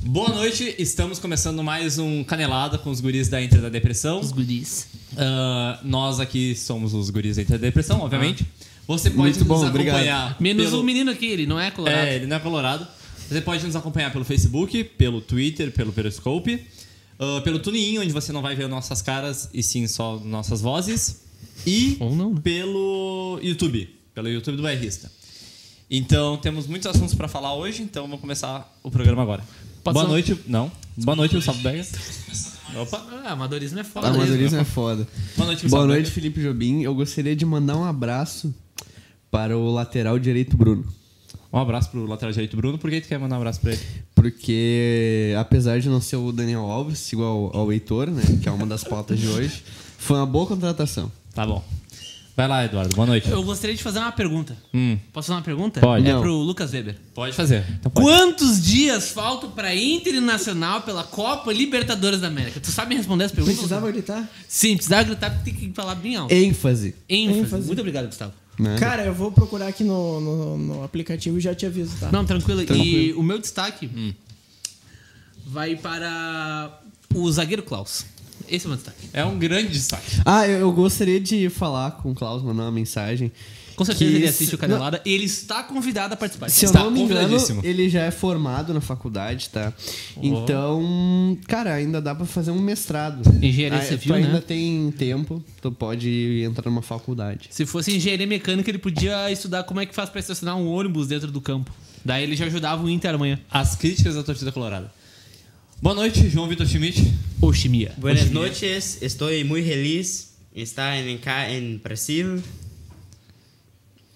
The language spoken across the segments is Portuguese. Boa noite, estamos começando mais um Canelada com os guris da Entre da Depressão. Os guris. Ah, nós aqui somos os guris da Entre da Depressão, obviamente. Você pode Ah. Muito bom, nos obrigado. acompanhar. Menos pelo... um menino aqui, ele não é colorado. É, ele não é colorado. Você pode nos acompanhar pelo Facebook, pelo Twitter, pelo Periscope, ah, pelo TuneIn, onde você não vai ver nossas caras e sim só nossas vozes. E Ou não, né? pelo YouTube, pelo YouTube do Bairrista. Então, temos muitos assuntos pra falar hoje, então vamos começar o programa agora. Pode Boa ser um- noite, não. Boa noite, Gustavo Berger. Opa. Ah, amadorismo é foda. Amadorismo é foda. Boa noite, Boa Gustavo noite, Felipe Jobim. Eu gostaria de mandar um abraço para o lateral direito Bruno. Berger. Um abraço pro lateral direito Bruno. Por que tu quer mandar um abraço pra ele? Porque, apesar de não ser o Daniel Alves, igual ao Heitor, né? Que é uma das pautas de hoje, foi uma boa contratação. Tá bom. Vai lá, Eduardo. Boa noite. Eu gostaria de fazer uma pergunta. Hum, Posso fazer uma pergunta? Pode. É é- Não. pro Lucas Weber. pode fazer. Então pode. Quantos dias faltam pra Internacional pela Copa Libertadores da América? Tu sabe responder as perguntas? Precisava gritar? Sim, precisava gritar porque tem que falar bem alto. ênfase. Ênfase. ênfase. Muito obrigado, Gustavo. Né? Cara, eu vou procurar aqui no, no, no aplicativo e já te aviso, tá? Não, tranquilo. E o meu destaque Hum. vai para o zagueiro Klaus. Esse é o meu destaque. É um grande destaque. Ah, eu, eu gostaria de falar com o Klaus, mandar uma mensagem. Com certeza Que ele se- assiste o Canelada e ele está convidado a participar. Se eu Está não me engano, convidadíssimo. ele já é formado na faculdade, tá? Então, cara, ainda dá pra fazer um mestrado. Engenharia Ah, civil, tu ainda né? tem tempo, tu pode entrar numa faculdade. Se fosse engenharia mecânica, ele podia estudar como é que faz pra estacionar um ônibus dentro do campo. Daí ele já ajudava o Inter amanhã. As críticas da torcida colorada. Boa noite, João Vitor Schmidt. Oximia. Buenas noches, estoy muy feliz estar en, acá en Brasil,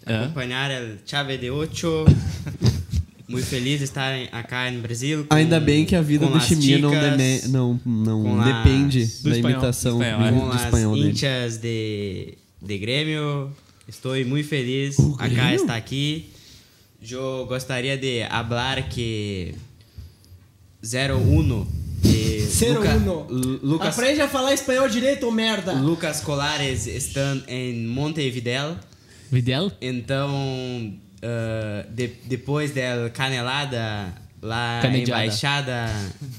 É. acompañar el Chave de 8. Muy feliz estar en- acá en Brasil. con- Ainda bem que a vida Hum, com do as Chimia não, chicas, deme- não, não com as- depende do da espanhol. imitação do Espanhol, é. do con las espanhol dele. hinchas de, de Grêmio. Estoy muy feliz acá está aquí. Yo gustaría de hablar que 0-1 de Ser Luca- uno. Lu- Lucas um Aprende a falar espanhol direito, ô merda! Lucas Colares estão em Montevideo. Videl? Então, ah, de- depois da canelada, a Canediada. embaixada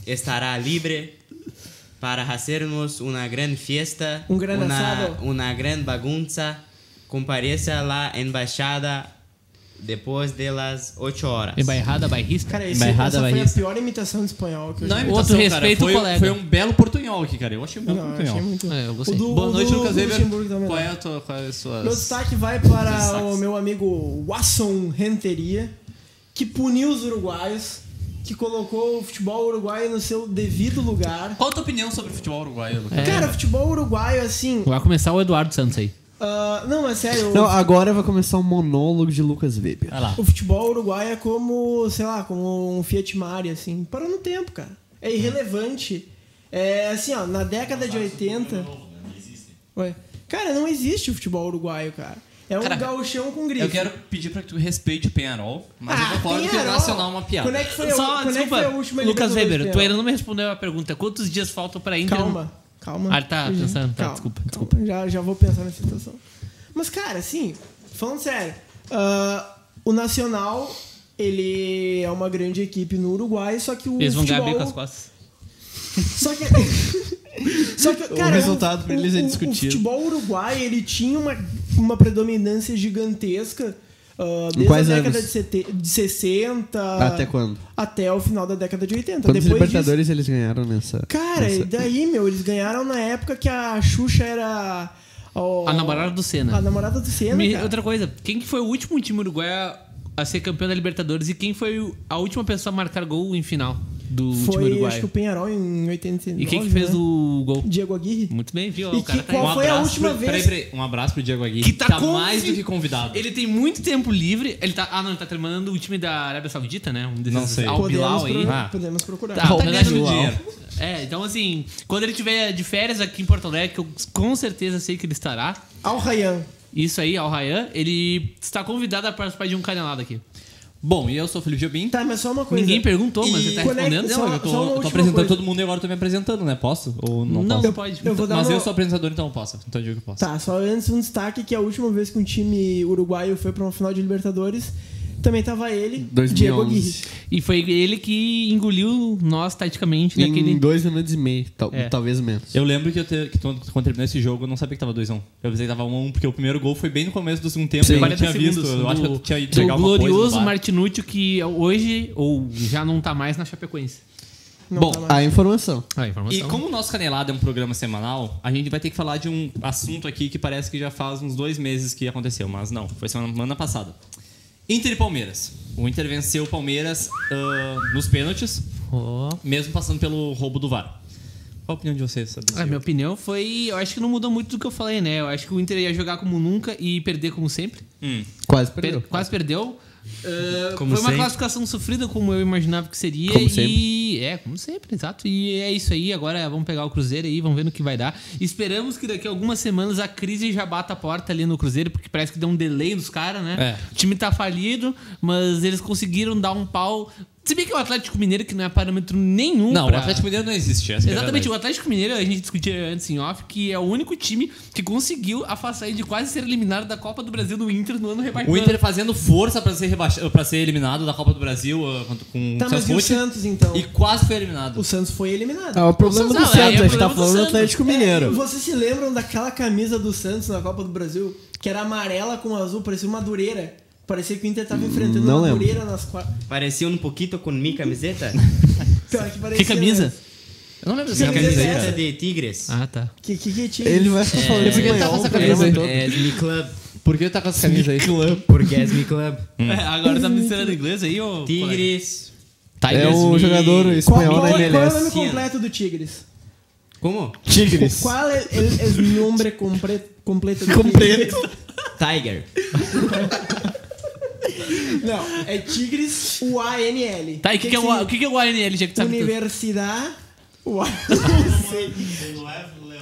estará livre para fazermos uma grande festa, Um grande uma, assado. uma grande bagunça. Compareça lá embaixada depois das 8 horas. Embairrada, bairrista? Cara, esse, Bairrada, essa foi bairrista. a pior imitação de espanhol que eu Não é já Outro imitação, respeito cara. Foi, ao colega. foi um belo portunhol aqui, cara. Eu achei um belo Não, eu portunhol. achei muito. É, eu gostei. O do- Boa o noite, do- Lucas do Weber. Luxemburgo também, Qual né? é a tua, qual é a sua... Meu destaque vai para Destaques. o meu amigo Watson Renteria, que puniu os uruguaios, que colocou o futebol uruguaio no seu devido lugar. Qual a tua opinião sobre o futebol uruguaio, Lucas? Cara, o futebol uruguaio, assim. Vai começar o Eduardo Santos aí. ah, não, é sério. Não, agora vai começar o monólogo de Lucas Weber. Vai lá. O futebol uruguaio é como, sei lá, como um Fiat Mare, assim. Parou no tempo, cara. É irrelevante. É assim, ó, na década de 80. Ué. Cara, não existe o futebol uruguaio, cara. É um Cara, gauchão com grife. Eu quero pedir pra que tu respeite o Penharol, mas eu Ah, concordo que o Penharol. Nacional é uma piada. Quando é que foi, a- Só, quando é que desculpa, foi a última Lucas Libertadores Weber, Penharol? tu ainda não me respondeu a pergunta. Quantos dias faltam pra Inter? Calma, calma. Ah, tá, Já- pensando, tá, desculpa, calma. Já, já vou pensar nessa situação. Mas, cara, assim, falando sério, ah, o Nacional, ele é uma grande equipe no Uruguai, só que o Eles vão ganhar futebol... bem com as costas. Só que. Só que, cara, resultado pra eles é o- discutido. O futebol uruguai, ele tinha uma, uma predominância gigantesca ah, desde quais a década anos? de, sete- de 60. Até quando? Até o final da década de 80. Quantos Depois disso, Libertadores eles ganharam nessa? Cara, nessa- e daí, meu, eles ganharam na época que a Xuxa era. o- A namorada do Senna. Oh. A namorada do Senna. Me- cara. outra coisa, quem que foi o último time uruguaio a- a ser campeão da Libertadores e quem foi o- a última pessoa a marcar gol em final do time Foi, acho que o uruguaio? Penharol em 89. E quem que fez né? o gol? Diego Aguirre? Muito bem, viu? E o cara que- tá aí. qual foi a Um abraço última pro- vez- Peraí, peraí. Um abraço pro Diego Aguirre. Que tá convi- mais um do que convidado. Ele tem muito tempo livre. Ele tá. Ah, não, ele tá treinando o time da Arábia Saudita, né? Um desses Não sei. Al Bilal aí. pro- Ah. podemos procurar. Tá, tá Al ganhando Hilal. dinheiro. É, então assim, quando ele tiver de férias aqui em Porto Alegre, que eu com certeza sei que ele estará. Al Rayan. Isso aí, Al Rayan, ele está convidado a participar de um canelado aqui. Bom, e eu sou o Felipe Jobim. Tá, mas só uma coisa. Ninguém perguntou, mas E você tá quando é que- respondendo? só- Não, eu tô, só uma eu tô última apresentando coisa. todo mundo e agora eu tô me apresentando, né? Posso? Ou não, Não, posso? pode. eu vou dar Mas uma- eu sou apresentador, então eu posso. Então eu digo que eu posso. Tá, só antes um destaque que a última vez que um time uruguaio foi pra uma final de Libertadores também tava ele, 2011. Diego Aguirre. E foi ele que engoliu nós taticamente Em naquele. dois minutos e meio, tal- É. talvez menos. Eu lembro que, eu te, que quando, quando terminou esse jogo, eu não sabia que tava 2x1. Eu pensei que tava 1x1, porque o primeiro gol foi bem no começo do segundo tempo. Sim. Eu não tinha 40 visto. segundos Eu acho que do- eu tinha ido do pegar alguma coisa. glorioso no bar. Martinútil que hoje, ou já não tá mais na Chapecoense. Não Bom, tá mais. a informação. Ah, E informação. como o nosso Canelada é um programa semanal, a gente vai ter que falar de um assunto aqui que parece que já faz uns dois meses que aconteceu, mas não, foi semana passada. Inter e Palmeiras. O Inter venceu o Palmeiras ah, nos pênaltis, Ó. mesmo passando pelo roubo do VAR. Qual a opinião de vocês sobre isso? A Ah, minha opinião foi. Eu acho que não mudou muito do que eu falei, né? Eu acho que o Inter ia jogar como nunca e perder como sempre. Hum, Quase Per- perdeu. quase perdeu. Ah, Como foi uma sempre. classificação sofrida como eu imaginava que seria. Como e sempre. é, como sempre, exato. E é isso aí. Agora vamos pegar o Cruzeiro aí, vamos ver no que vai dar. Esperamos que daqui a algumas semanas a crise já bata a porta ali no Cruzeiro, porque parece que deu um delay dos caras, né? É. O time tá falido, mas eles conseguiram dar um pau. Se bem que o Atlético Mineiro, que não é parâmetro nenhum. não, pra- o Atlético Mineiro não existe. essa que é a Exatamente, o verdade. Atlético Mineiro, a gente discutia antes em off, que é o único time que conseguiu a façanha de quase ser eliminado da Copa do Brasil do Inter no ano rebaixado. O Inter fazendo força pra ser, rebaixa- pra ser eliminado da Copa do Brasil ah, contra- com Tá, o mas e Celso o Roth, Santos então? e quase foi eliminado. O Santos foi eliminado. Ah, o problema Não, do não, é, Santos, é a gente tá problema do falando do Santos. Atlético É, Mineiro. vocês se lembram daquela camisa do Santos na Copa do Brasil? Que era amarela com azul, parecia uma dureira. Parecia que o Inter tava enfrentando Hum, não uma lembro. dureira nas quartas. Parecia um pouquinho com minha camiseta. Pior parecia, Que camisa? né? Eu não lembro Sim, dessa camiseta. camiseta. Camiseta de tigres. Ah, tá. Que, que, que tinha? Ele vai ficar falando porque ele tá com essa espanhol o programa camisa todo. É, mi club. Por que tá com essa camisa aí? Porque é mi club. É, agora Uhum. tá misturando inglês aí, ô. colega? Tigres. É um Me- jogador Qual, espanhol qual, na qual é o MLS. nome completo do Tigres? Como? Tigres. Qual é o nome compre, completo do Completo. Tigres? Tiger. Não, é Tigres UANL. Tá, e o que, que, é o- significa? o que, que é o ANL, já que tu sabe? tudo? Universidade. Uai, não sei.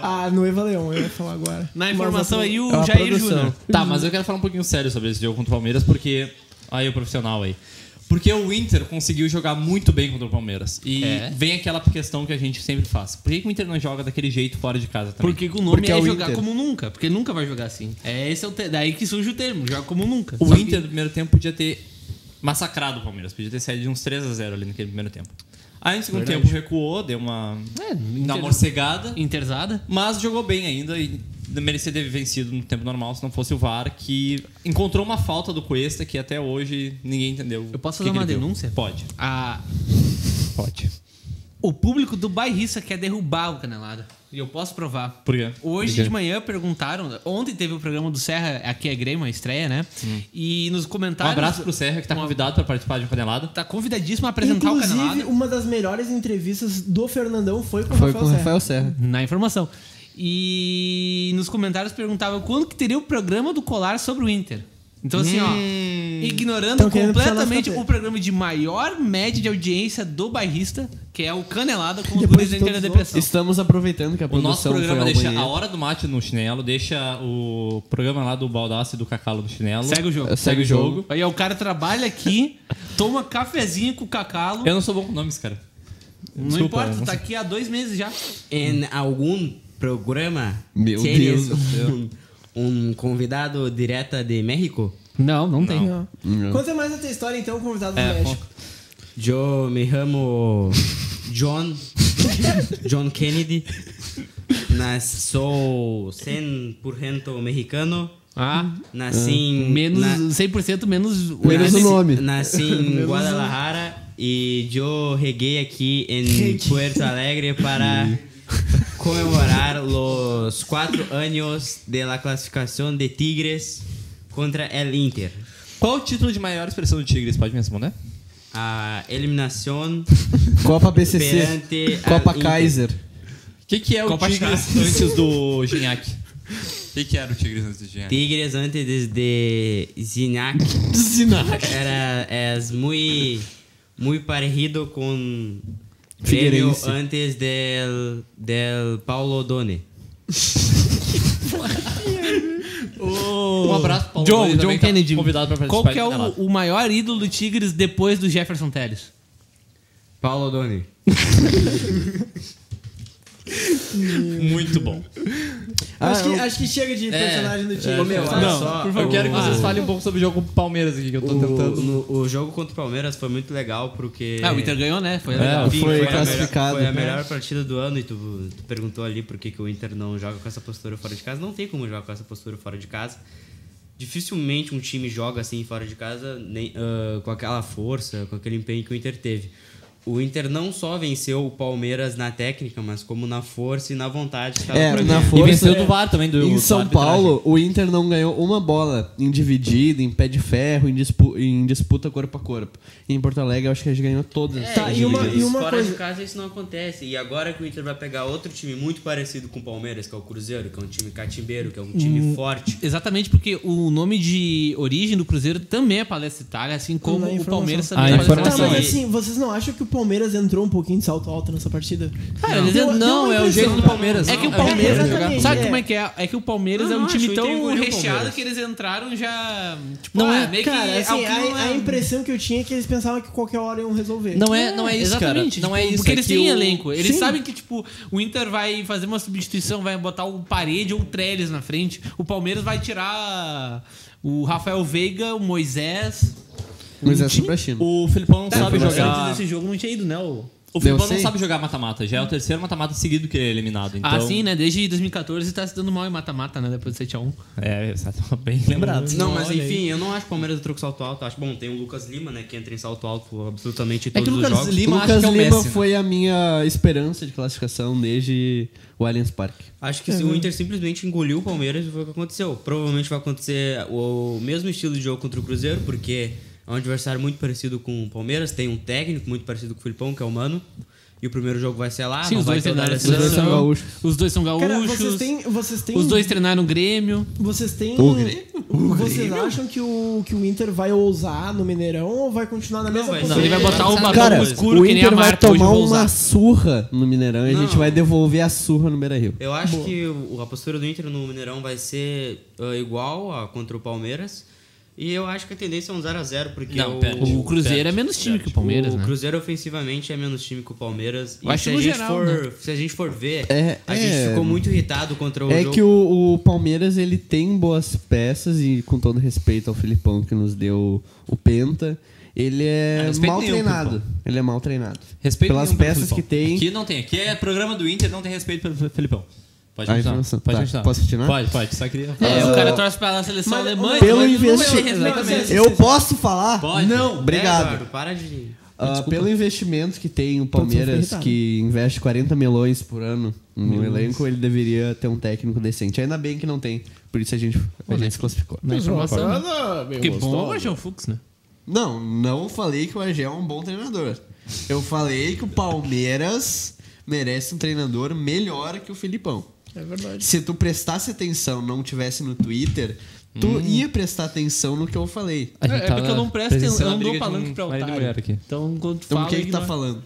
Ah, Nueva Leão, eu ia falar agora. Na Mas informação eu- aí, o É uma Jair produção. Júnior. Tá, mas eu quero falar um pouquinho sério sobre esse jogo contra o Palmeiras, porque. Aí o profissional aí. Porque o Inter conseguiu jogar muito bem contra o Palmeiras. E É. vem aquela questão que a gente sempre faz. Por que, que o Inter não joga daquele jeito fora de casa também? Porque o nome Porque é, é o jogar Inter. como nunca, porque nunca vai jogar assim. É esse é o te- daí que surge o termo, joga como nunca. o Só que- Inter no primeiro tempo podia ter massacrado o Palmeiras, podia ter saído de uns 3 a 0 ali naquele primeiro tempo. Aí no segundo tempo recuou, deu uma, É, uma Inter... morcegada, Interzada. mas jogou bem ainda e merecia ter vencido no tempo normal se não fosse o VAR, que encontrou uma falta do Cuesta que até hoje ninguém entendeu. Eu o posso que fazer que uma ele viu. denúncia? Pode. A, Pode. O público do bairrista quer derrubar o Canelada. E eu posso provar. Por quê? Hoje de manhã perguntaram. Ontem teve o programa do Serra, aqui é Grêmio, a estreia, né? E nos Um comentários. abraço pro Serra, que tá convidado pra participar de uma canelada. Tá convidadíssimo a apresentar o né? Inclusive, Canelada. uma das melhores entrevistas do Fernandão foi com o Foi Rafael com o Serra. Rafael Serra. Na informação. E nos comentários perguntavam quando que teria o programa do Colar sobre o Inter. Então, assim, ó, ignorando Tão querendo puxar completamente nós pra o programa de maior média de audiência do bairrista, que é o Canelada com os Depois guris da de então Inter da todos os Depressão. Estamos aproveitando que a O nosso produção foi programa ao deixa a banheiro. hora do mate no chinelo, deixa o programa lá do Baldaço e do Cacalo no chinelo. tá Segue o jogo. Eu Segue o jogo. Aí ó, o cara trabalha aqui, toma um cafezinho com o Cacalo. Eu não sou bom com nomes, cara. não desculpa, importa, eu não tá sei. aqui há dois meses já. Em algum programa. Meu tienes Deus do um, um convidado direto de México. Não, não tem. Não. Conta mais a tua história, então, convidado É, do México. Eu me chamo John. John Kennedy. Mas sou 100% mexicano. Ah, Nasci em. menos, na- né? 100% menos... Menos o Nasci- nome. Nasci em Guadalajara e eu reguei aqui em Puerto Alegre para comemorar os quatro anos da classificação de Tigres contra el Inter. Qual o título de maior expressão do Tigres? Pode me responder? A eliminação Copa BCC. perante al Copa Inter. Kaiser. O que, que é o Copa Tigres antes do Gignac? O que, que era o Tigres antes do Gignac? Tigres antes de Zinac Zinac. era es muito muito parecido com Grêmio Figueirense. antes del del Paulo Doni. Um abraço pro Paulo John, Nunes, John também tá Kennedy. convidado pra participar Qual que é de o, Canelada. o maior ídolo do Tigres depois do Jefferson Teles? Paulo Doni. Muito bom. acho, que, acho que chega É, de personagem do time. meu, Fala. olha Não, só, por favor, eu quero que vocês falem um pouco sobre o jogo Palmeiras aqui, que eu tô O, tentando. no- o jogo contra o Palmeiras foi muito legal porque. Ah, o Inter ganhou, né? É. Foi legal. Enfim, É, Foi a melhor- classificado. né? foi a melhor partida do ano e tu, tu perguntou ali por que, que o Inter não joga com essa postura fora de casa. Não tem como jogar com essa postura fora de casa. Dificilmente um time joga assim fora de casa nem, ah, com aquela força, com aquele empenho que o Inter teve. O Inter não só venceu o Palmeiras na técnica, mas como na força e na vontade. que tava É, pra na ganhar. E força. venceu do VAR também, do Em do São arbitragem. Paulo, o Inter não ganhou uma bola em dividida, em pé de ferro, em, dispu- em disputa corpo a corpo. E em Porto Alegre, eu acho que a gente ganhou todas. É, as Tá, e uma- divididas. e uma fora coisa- de casa isso não acontece. E agora que o Inter vai pegar outro time muito parecido com o Palmeiras, que é o Cruzeiro, que é um time catimbeiro, que é um time forte. Exatamente, porque o nome de origem do Cruzeiro também é Palestra Itália, assim como Na o informação. Palmeiras A também é Tá, Palestra informação mas aí. Itália. assim, vocês não acham que o Palmeiras entrou um pouquinho de salto alto nessa partida? Cara, eles- não, é o jeito do Palmeiras. É que o É, Palmeiras. exatamente, sabe é. como é que é? É que o Palmeiras Eu é um não time acho, o Inter tão engoliu o recheado Palmeiras. que eles entraram já. Tipo, Não ah, é, meio que. Cara, é assim, a, o que não a é. impressão que eu tinha é que eles pensavam que qualquer hora iam resolver. Não é, não é isso, Exatamente, cara. Não tipo, é isso. Porque é eles que têm o- elenco. Eles Sim. sabem que, tipo, o Inter vai fazer uma substituição, vai botar o Parede ou o Trellis na frente. O Palmeiras vai tirar o Rafael Veiga, o Moisés. Mas é sobre a China. O Filipão não sabe mas jogar. Antes desse jogo não tinha ido, né? O... O Filipão não sei. sabe jogar mata-mata. Já é o terceiro mata-mata seguido que ele é eliminado. Então, Ah, sim, né? Desde 2014 tá se dando mal em mata-mata, né? Depois do 7x1. É, tá bem lembrado. Não, mas enfim, eu não acho o Palmeiras do troco salto alto. Acho bom, tem o Lucas Lima, né, que entra em salto alto absolutamente em É que todos o os Lucas jogos. Lima acho Lucas que é o Lima Messi. né? foi a minha esperança de classificação desde o Allianz Parque. Acho que se o Inter simplesmente engoliu o Palmeiras, foi o que aconteceu. Provavelmente vai acontecer o mesmo estilo de jogo contra o Cruzeiro, porque é um adversário muito parecido com o Palmeiras, tem um técnico muito parecido com o Filipão, que é o Mano. E o primeiro jogo vai ser lá, Sim, não os vai dois ter horário treinaram de a dois seleção. seleção. são gaúchos. Os dois são gaúchos. Cara, vocês têm. Vocês têm. Os dois treinaram o Grêmio. Vocês têm. O Grêmio. Vocês acham que o, que o Inter vai ousar no Mineirão ou vai continuar na mesma vai- posição? Não, Ele vai botar o batom Cara, escuro o que nem a Inter vai Marta hoje eu tomar vou usar. uma surra no Mineirão e a gente Não. vai devolver a surra no Beira-Rio. Eu acho que o- a postura do Inter no Mineirão vai ser ah, igual a contra o Palmeiras. E eu acho que a tendência é um 0x0, porque Não, o, perde. O Cruzeiro é menos time que o Palmeiras, o né? Cruzeiro ofensivamente é menos time que o Palmeiras. Eu acho se, a no gente geral, for, né? se a gente for ver, É, é. a gente ficou muito irritado contra o É jogo. que o, o Palmeiras ele tem boas peças e com todo respeito ao Filipão que nos deu o Penta, ele Ah, é respeito mal nenhum, treinado. Filipão. Ele é mal treinado. Respeito Pelas nenhum pelo peças que Filipão. tem. Aqui não tem. Aqui é programa do Inter, não tem respeito pelo Filipão. Pode Ah, continuar. informação. Pode Tá, continuar. posso continuar? Pode, pode. Só queria... É, Mas, o ó, cara torce pra seleção mas- alemã. Pelo mas ele não é investimento. exatamente. Eu posso falar? Pode. Não, obrigado. É, Eduardo, para de. Ah, pelo investimento que tem o ficando Palmeiras, irritado. que investe 40 milhões por ano no elenco, ele deveria ter um técnico decente. Ainda bem que não tem, por isso a gente, a gente se classificou. Na informação, né? Que bom gostoso. hoje é o Fux, né? Não, não falei que o AG é um bom treinador. Eu falei que o Palmeiras merece um treinador melhor que o Filipão. É verdade. Se tu prestasse atenção, não tivesse no Twitter, tu ia prestar atenção no que eu falei. A gente É, é tava porque eu não presto, eu presenciando a não dou briga de palanque um pra marido e otário. mulher aqui. Então, quando tu Então fala... o que, que tá ignora. falando?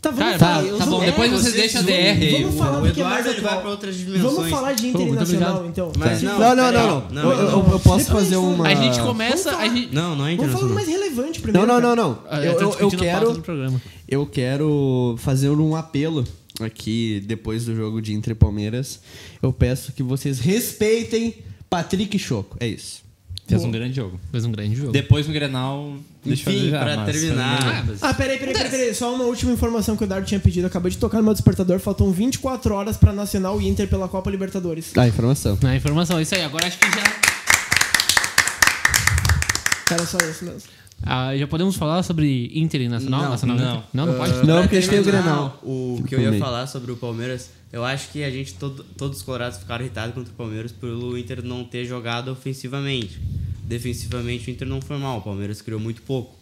Tá, vamos Cara, falar. tá- eu tá sou- É, bom, É, depois vocês deixam a DR. Vamos falar o do que é mais Eduardo ele atual. vai pra outras dimensões. Vamos falar de Pô, Inter muito Internacional, obrigado. então. Mas não, não, não, peraí. não, Não, Eu, eu- eu posso fazer uma. A gente começa... A gente... Não, não é Vamos falar do internacional. mais relevante Não, primeiro. não, não, cara. não. Ah, Eu, tá eu, eu discutindo a pauta do quero, programa. eu quero fazer um apelo aqui depois do jogo de Inter e Palmeiras. Eu peço que vocês respeitem Patrick Choco. É isso. Fez um grande jogo. Fez um grande jogo. Depois no Grenal... deixa eu Enfim, desejar, pra mas- terminar. Ah, peraí, peraí, peraí, peraí. Só uma última informação que o Eduardo tinha pedido. Acabei de tocar no meu despertador. Faltam 24 horas pra Nacional e Inter pela Copa Libertadores. A informação. Na informação, é isso aí. Agora acho que já... Era só isso mesmo. Ah, já podemos falar sobre Inter e Nacional? Não, Ah, Nacional não. Não, não pode? Não, porque a gente tem o Terminar Grenal. O que eu ia falar sobre o Palmeiras, eu acho que a gente, todo- todos os colorados ficaram irritados contra o Palmeiras pelo Inter não ter jogado ofensivamente. Defensivamente o Inter não foi mal, o Palmeiras criou muito pouco.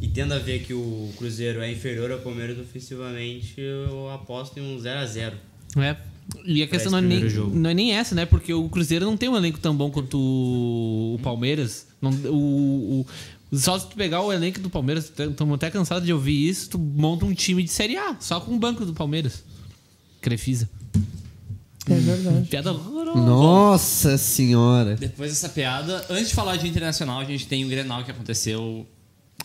E tendo a ver que o Cruzeiro é inferior ao Palmeiras ofensivamente, eu aposto em um 0x0. É. E a questão não é, esse nem, primeiro jogo. não é nem essa, né? Porque o Cruzeiro não tem um elenco tão bom quanto o Palmeiras. Não- o, o- só se tu pegar o elenco do Palmeiras, estamos até cansado de ouvir isso, tu monta um time de Série A, só com o banco do Palmeiras. Crefisa. É verdade. Piada horrorosa. Nossa senhora. Depois dessa piada, antes de falar de internacional, a gente tem o Grenal que aconteceu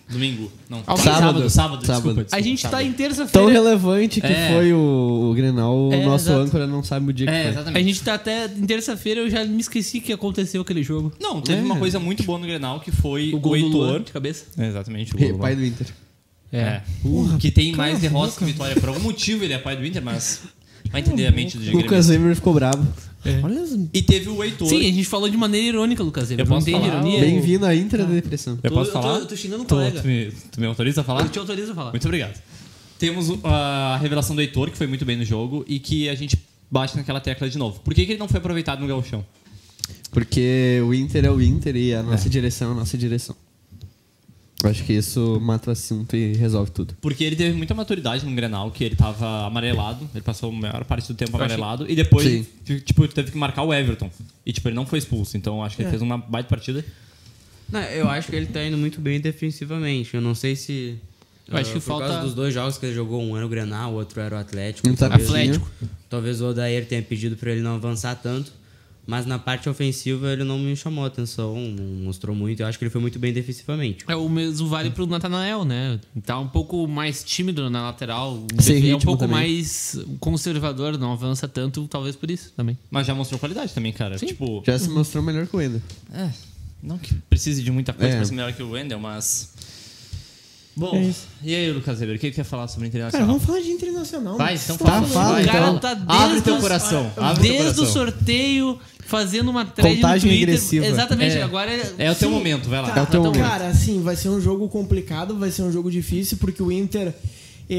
Domingo. Não. Ao sábado, sábado. sábado, desculpa, Sábado. desculpa. A gente tá sábado. em Tão terça-feira. relevante que É. foi o, o Grenal, o É, nosso exato. âncora não sabe o dia que É, foi. exatamente. A gente tá até em terça-feira, eu já me esqueci que aconteceu aquele jogo. Não, teve uma coisa muito boa no Grenal que foi O o, gol do Luan Heitor. de cabeça. É, exatamente, o Re- gol do Luan. Pai do Inter. É. que tem mais derrotas que vitória. Por algum motivo ele é pai do Inter, mas vai entender a mente do Lucas Grêmio. Weber ficou bravo. Olha as... E teve o Heitor. Sim, a gente falou de maneira irônica, Lucas. Weber. Eu Não posso tem falar ironia. Bem-vindo à Inter da Depressão. eu Tô- posso eu tô- falar? eu tô xingando um Tô- colega. Tu me, tu me autoriza a falar? Eu te autorizo a falar. Muito obrigado. Temos uh, a revelação do Heitor, que foi muito bem no jogo, e que a gente bate naquela tecla de novo. Por que, que ele não foi aproveitado no Gauchão? Porque o Inter é o Inter e a nossa direção é a nossa direção. Eu Acho que isso mata o assunto e resolve tudo. Porque ele teve muita maturidade no Grenal, que ele tava amarelado, ele passou a maior parte do tempo amarelado, e depois, Sim. t- tipo, teve que marcar o Everton. E, tipo, ele não foi expulso, então acho que ele É. fez uma baita partida. Não, eu acho que ele tá indo muito bem defensivamente. Eu não sei se. Eu acho ah, que por causa falta- dos dois jogos que ele jogou, um era o Granal, o outro era o É Atlético. Não tá talvez- Atlético. Talvez o Odair tenha pedido pra ele não avançar tanto. Mas na parte ofensiva ele não me chamou a atenção, não mostrou muito. Eu acho que ele foi muito bem defensivamente. É o mesmo vale pro Natanael, né? Tá um pouco mais tímido na lateral. Sem é um ritmo pouco também. mais conservador, não avança tanto, talvez por isso também. Mas já mostrou qualidade também, cara. Tipo, Já se mostrou melhor que o Ender. É, não que precise de muita coisa É. pra ser melhor que o Wendel, mas. Bom, e aí, Lucas Weber, o que ele quer falar sobre É Cara, internacional? vamos falar de internacional. Vai, né? então Tá fala. falando. fala. o cara então. tá desde, Abre teu os- coração. Abre teu desde o coração. sorteio, fazendo uma thread Contagem no Twitter. regressiva. Exatamente, É. agora é. É o teu momento, vai lá. É o teu então, momento. cara, assim, vai ser um jogo complicado, vai ser um jogo difícil, porque o Inter,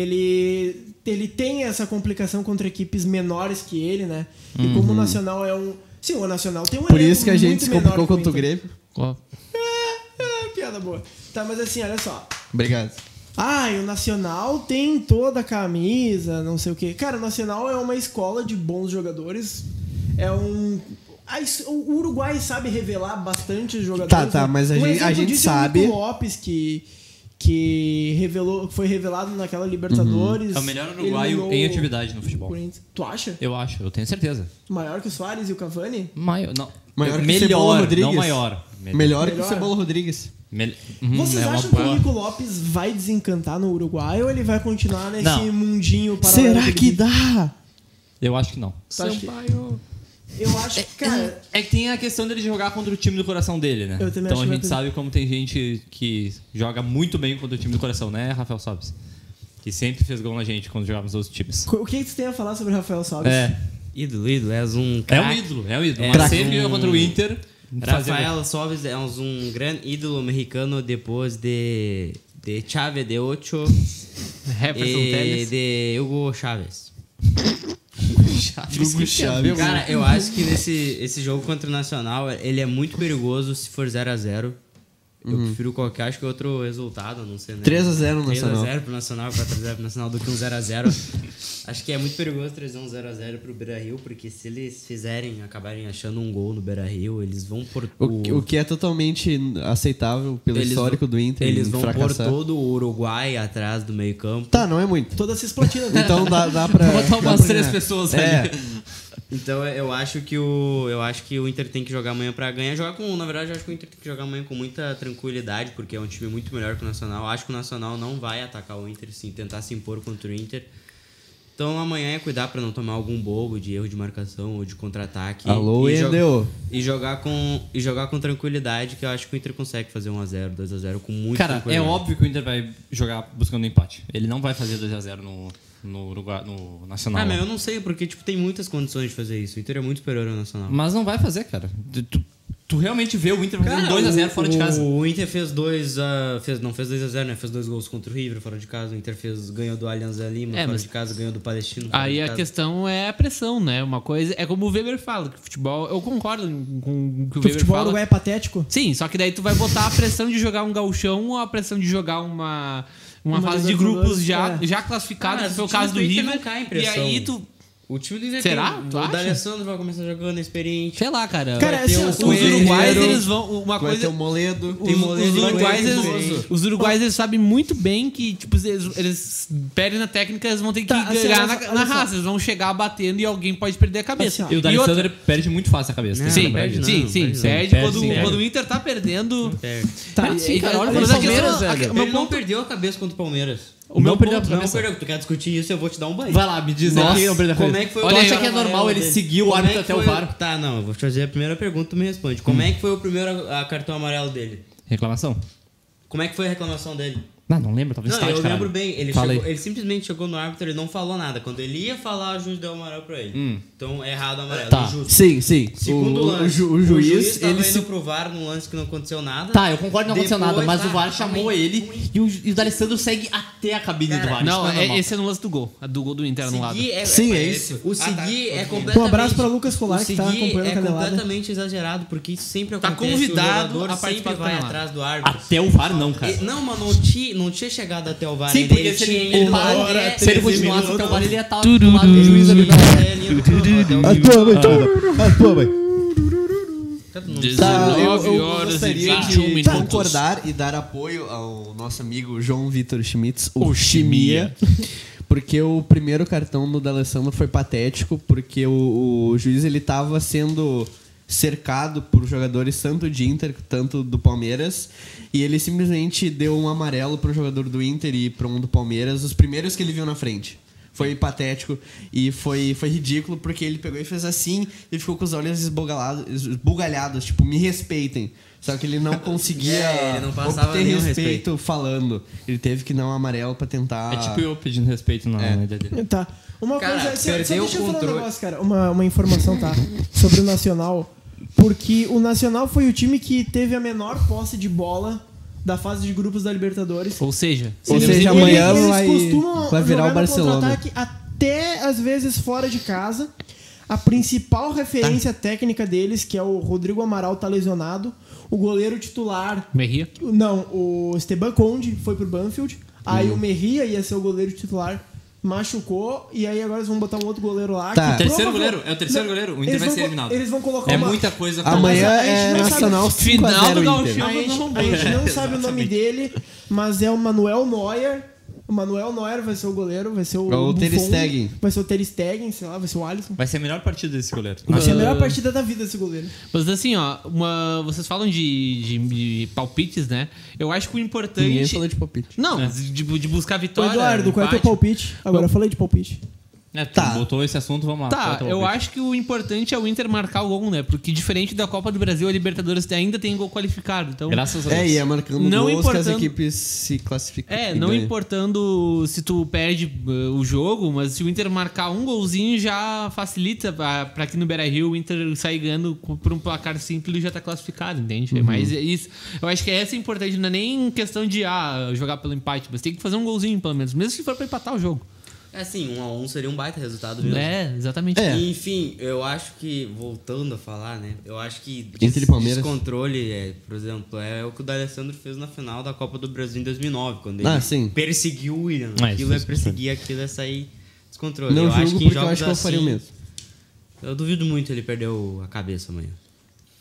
ele, ele tem essa complicação contra equipes menores que ele, né? E como o Nacional é um... Sim, o Nacional tem um Uhum. Por elenco isso que a gente muito se menor complicou que contra o Inter. Grêmio. Ó, É, piada boa. Tá, mas assim, olha só. Obrigado. Ah, e o Nacional tem toda a camisa, não sei o quê. Cara, o Nacional é uma escola de bons jogadores. É um. a es- O Uruguai sabe revelar bastante jogadores. Tá, tá, né? mas a gente- exemplo a gente disso é o sabe- Nico Lopes, que, que revelou, foi revelado naquela Libertadores. É o melhor Ele uruguaio eliminou em atividade no o futebol. Corinthians. Tu acha? Eu acho, eu tenho certeza. Maior que o Soares e o Cavani? Maior, não. Maior que Cebola melhor, Rodrigues? não maior. Melhor, que o Melhor. Cebola Rodrigues. Mel- Uhum, Vocês é uma acham que o boa- Nico Lopes vai desencantar no Uruguai ou ele vai continuar nesse Não. mundinho paralelo? Será ele que vive? dá? Eu acho que não. Tu acha que- Eu acho que, cara, É que tem a questão dele jogar contra o time do coração dele, né? Eu também então acho a que gente vai- sabe como tem gente que joga muito bem contra o time do coração, né, Rafael Sobis? Que sempre fez gol na gente quando jogávamos outros times. O que você tem a falar sobre o Rafael Salles? É, Ídolo, ídolo, és um é um craque. ídolo, é um ídolo. É, Mas craque. sempre joga contra o Inter. fazia gol. Rafael Sobis é um grande ídolo mexicano depois de, de Chávez de Ocho Jefferson e Telles. de Hugo Chávez. tá. Hugo Chaves. Cara, eu acho que nesse esse jogo contra o Nacional, ele é muito perigoso se for 0x0. Eu prefiro qualquer, acho que outro resultado, não sei, né? 3 Uhum. a 0 no 3x0 pro Nacional, 4x0 pro Nacional, do que um 0x0. acho que é muito perigoso trazer um 0x0 pro Beira-Rio, porque se eles fizerem, acabarem achando um gol no Beira-Rio, eles vão por... O, que- o que é totalmente aceitável pelo Eles histórico do Inter. Eles em vão fracassar. pôr todo o Uruguai atrás do meio campo. Tá, não é muito. Toda essa explotina. né? Então dá, dá pra. Vou botar dá umas pra três ganhar. pessoas É. ali. Então eu acho que o eu acho que o Inter tem que jogar amanhã pra ganhar. Jogar com, na verdade, eu acho que o Inter tem que jogar amanhã com muita tranquilidade, porque é um time muito melhor que o Nacional. Acho que o Nacional não vai atacar o Inter, sim, tentar se impor contra o Inter. Então amanhã é cuidar pra não tomar algum bobo de erro de marcação ou de contra-ataque. Alô, e, jo- Endel. e jogar com e jogar com tranquilidade, que eu acho que o Inter consegue fazer 1 a 0, 2 a 0 com muito Cara, é tranquilidade. óbvio que o Inter vai jogar buscando empate. Ele não vai fazer 2x0 no, no, Uruguai- no Nacional. Ah, mas eu não sei, porque tipo tem muitas condições de fazer isso. O Inter é muito superior ao Nacional. Mas não vai fazer, cara. Tu, tu- tu realmente vê o Inter fazendo Cara, 2x0 o- fora de casa. O Inter fez dois. ah, fez, não fez 2x0, né? Fez dois gols contra o River fora de casa. O Inter fez, ganhou do Alianza Lima É, fora mas- de casa, ganhou do Palestino. fora de Aí a casa. questão é a pressão, né? Uma coisa. É como o Weber fala, que futebol. Eu concordo com o que o o Weber futebol fala. uruguaio é patético? Sim, só que daí tu vai botar a pressão de jogar um gauchão ou a pressão de jogar uma, uma, Uma fase de Libertadores, grupos já, é. já classificada, Ah, que foi o os times caso do do Inter River. não caem em e pressão. aí tu O time do Inter Será? tem- Tu O acha? D'Alessandro vai começar jogando é experiente. Sei lá, cara. Cara, é vai assim, ter ó, um- os os uruguais, Guerreiro, eles vão. Uma Vai ter coisa. o Moledo. Os, os Moledo um vai uruguais, ter um eles, Veloso. os uruguais, eles sabem muito bem que, tipo, eles, eles perdem na técnica, eles vão ter que Tá, assim, ganhar olha na, só, na olha só. raça. Eles vão chegar batendo e alguém pode perder a cabeça. Assim, E ó. o E outra- D'Alessandro perde muito fácil a Né, cabeça. Não, tem Sim, que lembrar perde, perde disso. sim, não, sim. perde Perde, não. Perde quando, sim, quando perde. o Inter tá perdendo. Tá, Mas, é, e- cara, e- olha mas pra a você, questão- velho. a que- Ele meu não ponto- perdeu a cabeça contra o Palmeiras. é, O meu perdeu a Não cabeça. perdeu. Tu quer discutir isso, eu vou te dar um banho. Vai lá, me diz Nossa, aqui, não perdeu a como cabeça. é que foi o Tu acha primeiro que é normal amarelo ele dele? seguir o Como árbitro é que até o foi VAR? Hum. Tá, não, eu vou te fazer a primeira pergunta, tu me responde. Como é que foi o primeiro a- cartão amarelo dele? Reclamação? Como é que foi a reclamação dele? Não, não lembro, talvez Não, estádio, eu caralho. lembro bem. Ele, né? Fala aí. chegou- ele simplesmente chegou no árbitro, ele não falou nada. Quando ele ia falar, o juiz deu um amarelo pra ele. Então, errado o amarelo, Hum. Tá. injusto. Sim, sim. Segundo o, lance, tá o ju- o juiz, tava ele indo se... pro VAR num lance que não aconteceu nada. Tá, eu concordo que não aconteceu Depois- nada, mas Ah, o VAR calma chamou aí. ele e o, e o D'Alessandro segue até a cabine do Ah, VAR. Não, isso é- normal. esse é no lance do gol. A do gol do Inter um anulado. Seguir é, Sim, é, é isso. O seguir é completamente... Ah, Um abraço pra Lucas Colar, o que tá seguir acompanhando a é canelada. completamente exagerado, porque isso sempre Tá acontece. convidado o jogador a participar sempre da vai canelada. atrás do árbitro. Até o VAR não, Ah, cara. É E- não, mas não tinha, não tinha chegado até o VAR. Sim, ainda, porque se tinha ele, ido ele lá para- até- se ele continuasse até o VAR, ele ia tá estar do lado do O juiz juiz ali. ali na linha do campo, até o tua mãe, tá. a tua mãe. juiz. Ah. Tá, eu, 19 eu horas e gostaria 21 de minutos. concordar e dar apoio ao nosso amigo João Vitor Schmitz, O o Chimia. Chimia. Porque o primeiro cartão do D'Alessandro foi patético, porque o, o juiz ele tava sendo cercado por jogadores tanto de Inter tanto do Palmeiras e ele simplesmente deu um amarelo pro jogador do Inter e para um do Palmeiras, os primeiros que ele viu na frente. Foi patético e foi, foi ridículo porque ele pegou e fez assim e ficou com os olhos esbugalado- esbugalhados, tipo, me respeitem. Só que ele não conseguia É, ele não passava obter nenhum respeito, falando. Ele teve que dar um amarelo pra tentar. É tipo eu pedindo respeito na É. na ideia dele. Tá. Uma Cara, coisa, só, só perdeu deixa o eu falar um controle. negócio, cara. Uma, uma informação, tá? Sobre o Nacional. Porque o Nacional foi o time que teve a menor posse de bola da fase de grupos da Libertadores. Ou seja, Ou Eles- seja, eles- amanhã eles vai- costumam vai virar jogar o no Barcelona. contra-ataque Até às vezes fora de casa. A Tá. principal referência técnica deles, que é o Rodrigo Amaral, tá lesionado. O goleiro titular Merria. não, o Esteban Conde foi pro Banfield. Aí Uhum. o Merria ia ser o goleiro titular. Machucou. E aí agora eles vão botar um outro goleiro lá. Tá. que Terceiro prova- goleiro, é o terceiro goleiro, o Inter eles vai vão ser co- eliminado. Eles vão colocar É uma- muita coisa pra Amanhã Mas a gente é não sabe- Final Nacional 5 a 0 do Inter. Gauchão. A gente, Não, a gente não é, sabe o nome dele, mas é o Manuel Neuer. O Manuel Neuer vai ser o goleiro, vai ser o. É o Ter Buffon, Stegen. Vai ser o Ter Stegen, sei lá, vai ser o Alisson. Vai ser a melhor partida desse goleiro. Vai ser a melhor partida da vida desse goleiro. Mas assim, ó, uma- vocês falam de, de- de palpites, né? Eu acho que o Ninguém importante. falou de palpite. Não, de, de buscar Ô, vitória. Eduardo, qual é o teu Então, empate. palpite? Agora eu falei de palpite. É, tu Tá. botou esse assunto, vamos lá. Tá, Bota o eu palpite. acho que o importante é o Inter marcar o gol, né? Porque diferente da Copa do Brasil, a Libertadores ainda tem gol qualificado. Então, Graças a Deus. É, e é marcando Não gols que importando- as equipes se classificam. É, e não ganham. importando se tu perde eh, o jogo, mas se o Inter marcar um golzinho já facilita pra, pra que no Beira Rio o Inter sair ganhando com- por um placar simples e já tá classificado, entende? Uhum. Mas é isso. Eu acho que essa é importante, não é nem questão de ah, jogar pelo empate, mas tem que fazer um golzinho pelo menos, mesmo se for pra empatar o jogo. Assim, um a um seria um baita resultado mesmo. É, exatamente. É. Enfim, eu acho que, voltando a falar, né? Eu acho que Entre Palmeiras. descontrole, é, por exemplo, é o que o D'Alessandro fez na final da Copa do Brasil em 2009, quando ele Ah, sim. perseguiu o Ah, William. isso aquilo é foi perseguir, aquilo é sair descontrole. Não eu julgo acho que em porque eu jogos acho que eu faria o assim, mesmo. Eu duvido muito ele perder o- a cabeça amanhã.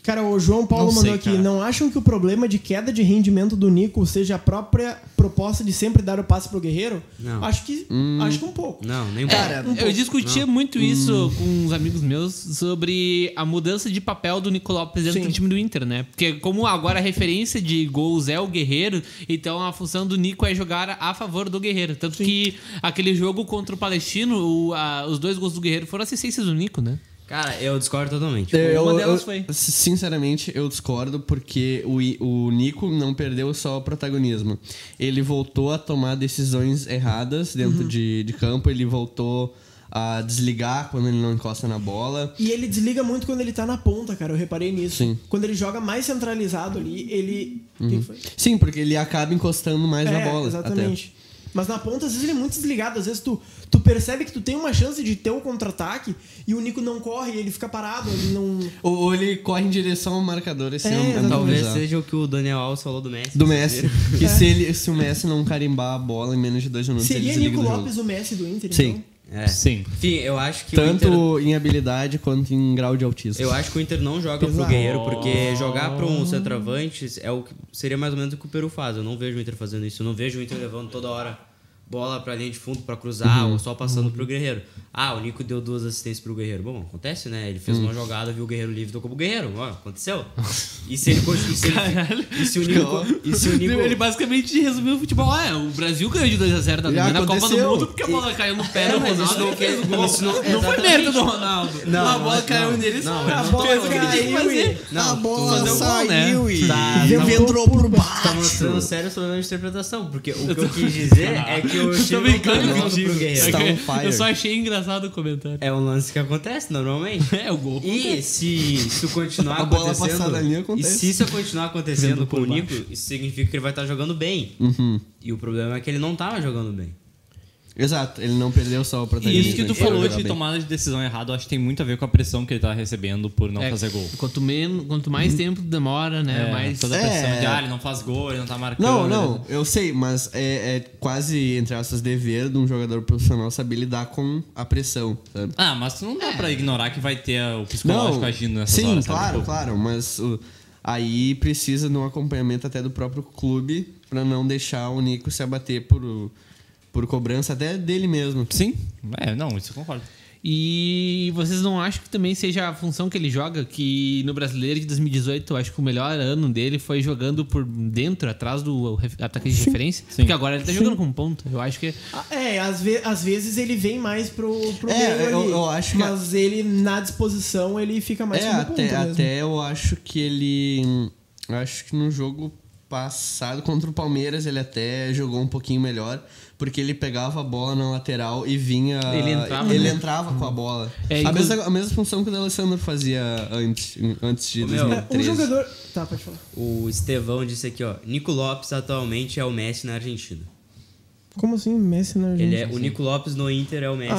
Cara, o João Paulo Não mandou sei, aqui. cara. Não acham que o problema de queda de rendimento do Nico seja a própria proposta de sempre dar o passe pro Guerreiro? Não. Acho que. Hum. Acho que um pouco. Não, nem Cara, cara. eu discutia muito isso com uns amigos meus sobre a mudança de papel do Nicolau Lopes dentro Sim. do time do Inter, né? Porque como agora a referência de gols é o Guerreiro, então a função do Nico é jogar a favor do Guerreiro. Tanto que aquele jogo contra o Palestino, o- a- os dois gols do Guerreiro foram assistências do Nico, né? Cara, eu discordo totalmente. Eu, Uma delas eu- foi. Sinceramente, eu discordo porque o, I- o Nico não perdeu só o protagonismo. Ele voltou a tomar decisões erradas dentro de, de campo, ele voltou a desligar quando ele não encosta na bola. E ele desliga muito quando ele tá na ponta, cara. Eu reparei nisso. Sim. Uhum. Quando ele joga mais centralizado ali, ele. Quem foi? Sim, porque ele acaba encostando mais na É, bola. Exatamente. Mas na ponta, às vezes, ele é muito desligado. Às vezes tu, tu percebe que tu tem uma chance de ter um contra-ataque e o Nico não corre, ele fica parado, ele não. até. Ou, ou ele corre em direção ao marcador, esse É, é, um- é muito Talvez bizarro. seja o que o Daniel Alves falou do Messi. Do Messi. Que se, ele, se o Messi não carimbar a bola em menos de dois minutos, ele Seria desliga Nico do jogo. Lopes o Messi do Inter, Sim. então? É. Sim. Enfim, eu acho que o Tanto Inter- em habilidade quanto em grau de autismo. Eu acho que o Inter não joga pro Guerreiro, porque jogar pra um centroavante é o que seria mais ou menos o que o Peru faz. Eu não vejo o Inter fazendo isso. Eu não vejo o Inter levando toda hora bola pra linha de fundo pra cruzar Uhum. ou só passando pro Guerreiro. Ah, o Nico deu duas assistências pro Guerreiro. Bom, acontece, né? Ele fez Uhum. uma jogada, viu o Guerreiro livre, tocou pro Guerreiro. Ó, aconteceu. E se ele continua... se ele- E se o Nico... E se o Nico... Ele basicamente resumiu o futebol. Ah, é, o Brasil ganhou de 2x0 da Já Alemanha tá na Copa do aconteceu. Mundo porque a bola caiu no pé do É, mas isso Ronaldo não e fez o quer- gol. isso não- Não foi exatamente. mérito do Ronaldo. Não, a bola mas caiu não. neles. Não, cara, mas A não. bola fez o que ele tinha que caiu e... fazer. Não, a fazer bola o gol, saiu e Tá, Vento tá- entrou por baixo. Tá mostrando sérios problemas de interpretação, porque o que eu quis dizer é que o Tô time não tá brincando levando pro contigo. Guerreiro. Está on É Eu fire. só achei engraçado o comentário. É um lance que acontece normalmente. É, o gol. E se isso continuar A bola acontecendo. passada ali acontece. E se isso continuar acontecendo com o Nico, isso significa que ele vai estar jogando bem. Uhum. E o problema é que ele não tava jogando bem. Exato, ele não perdeu só o E protagonismo. isso que tu ele falou jogou de bem. tomada de decisão errada, eu acho que tem muito a ver com a pressão que ele tá recebendo por não É, fazer gol. Uhum. Quanto, menos, quanto mais tempo demora, né? É, mais... toda a É. pressão de, ah, ele não faz gol, ele não tá marcando. Não, ele- não, eu sei, mas é, é quase, entre aspas, dever de um jogador profissional saber lidar com a pressão, sabe? Ah, mas tu não dá pra ignorar que vai ter o psicológico agindo nessas sim, horas. sabe? claro, Pô, claro, mas o- aí precisa de um acompanhamento até do próprio clube pra não deixar o Nico se abater por, o- por cobrança até dele mesmo. Sim, é, não, isso eu concordo. E vocês não acham que também seja a função que ele joga? Que no Brasileiro de 2018, eu acho que o melhor ano dele foi jogando por dentro, atrás do ref- atacante de referência. Porque agora ele tá jogando como ponta. Eu acho que. Ah, É, às, ve às vezes ele vem mais pro, pro É, meio eu- ali, eu acho que- Mas ele, na disposição, ele fica mais é, como até, ponta um mesmo. até eu acho que ele. hum, eu Acho que no jogo passado contra o Palmeiras ele até jogou um pouquinho melhor, porque ele pegava a bola na lateral e vinha. Ele entrava, ele né? entrava com a bola. É, a, inclu- mesma, a mesma função que o Alessandro fazia antes, antes de meu, É, um 2013. jogador... Tá, pode falar. O Estevão disse aqui, ó. Nico Lopes atualmente é o Messi na Argentina. Como assim? Messi na Uhum. Argentina? Ele é, o Nico Lopes no Inter é o Messi na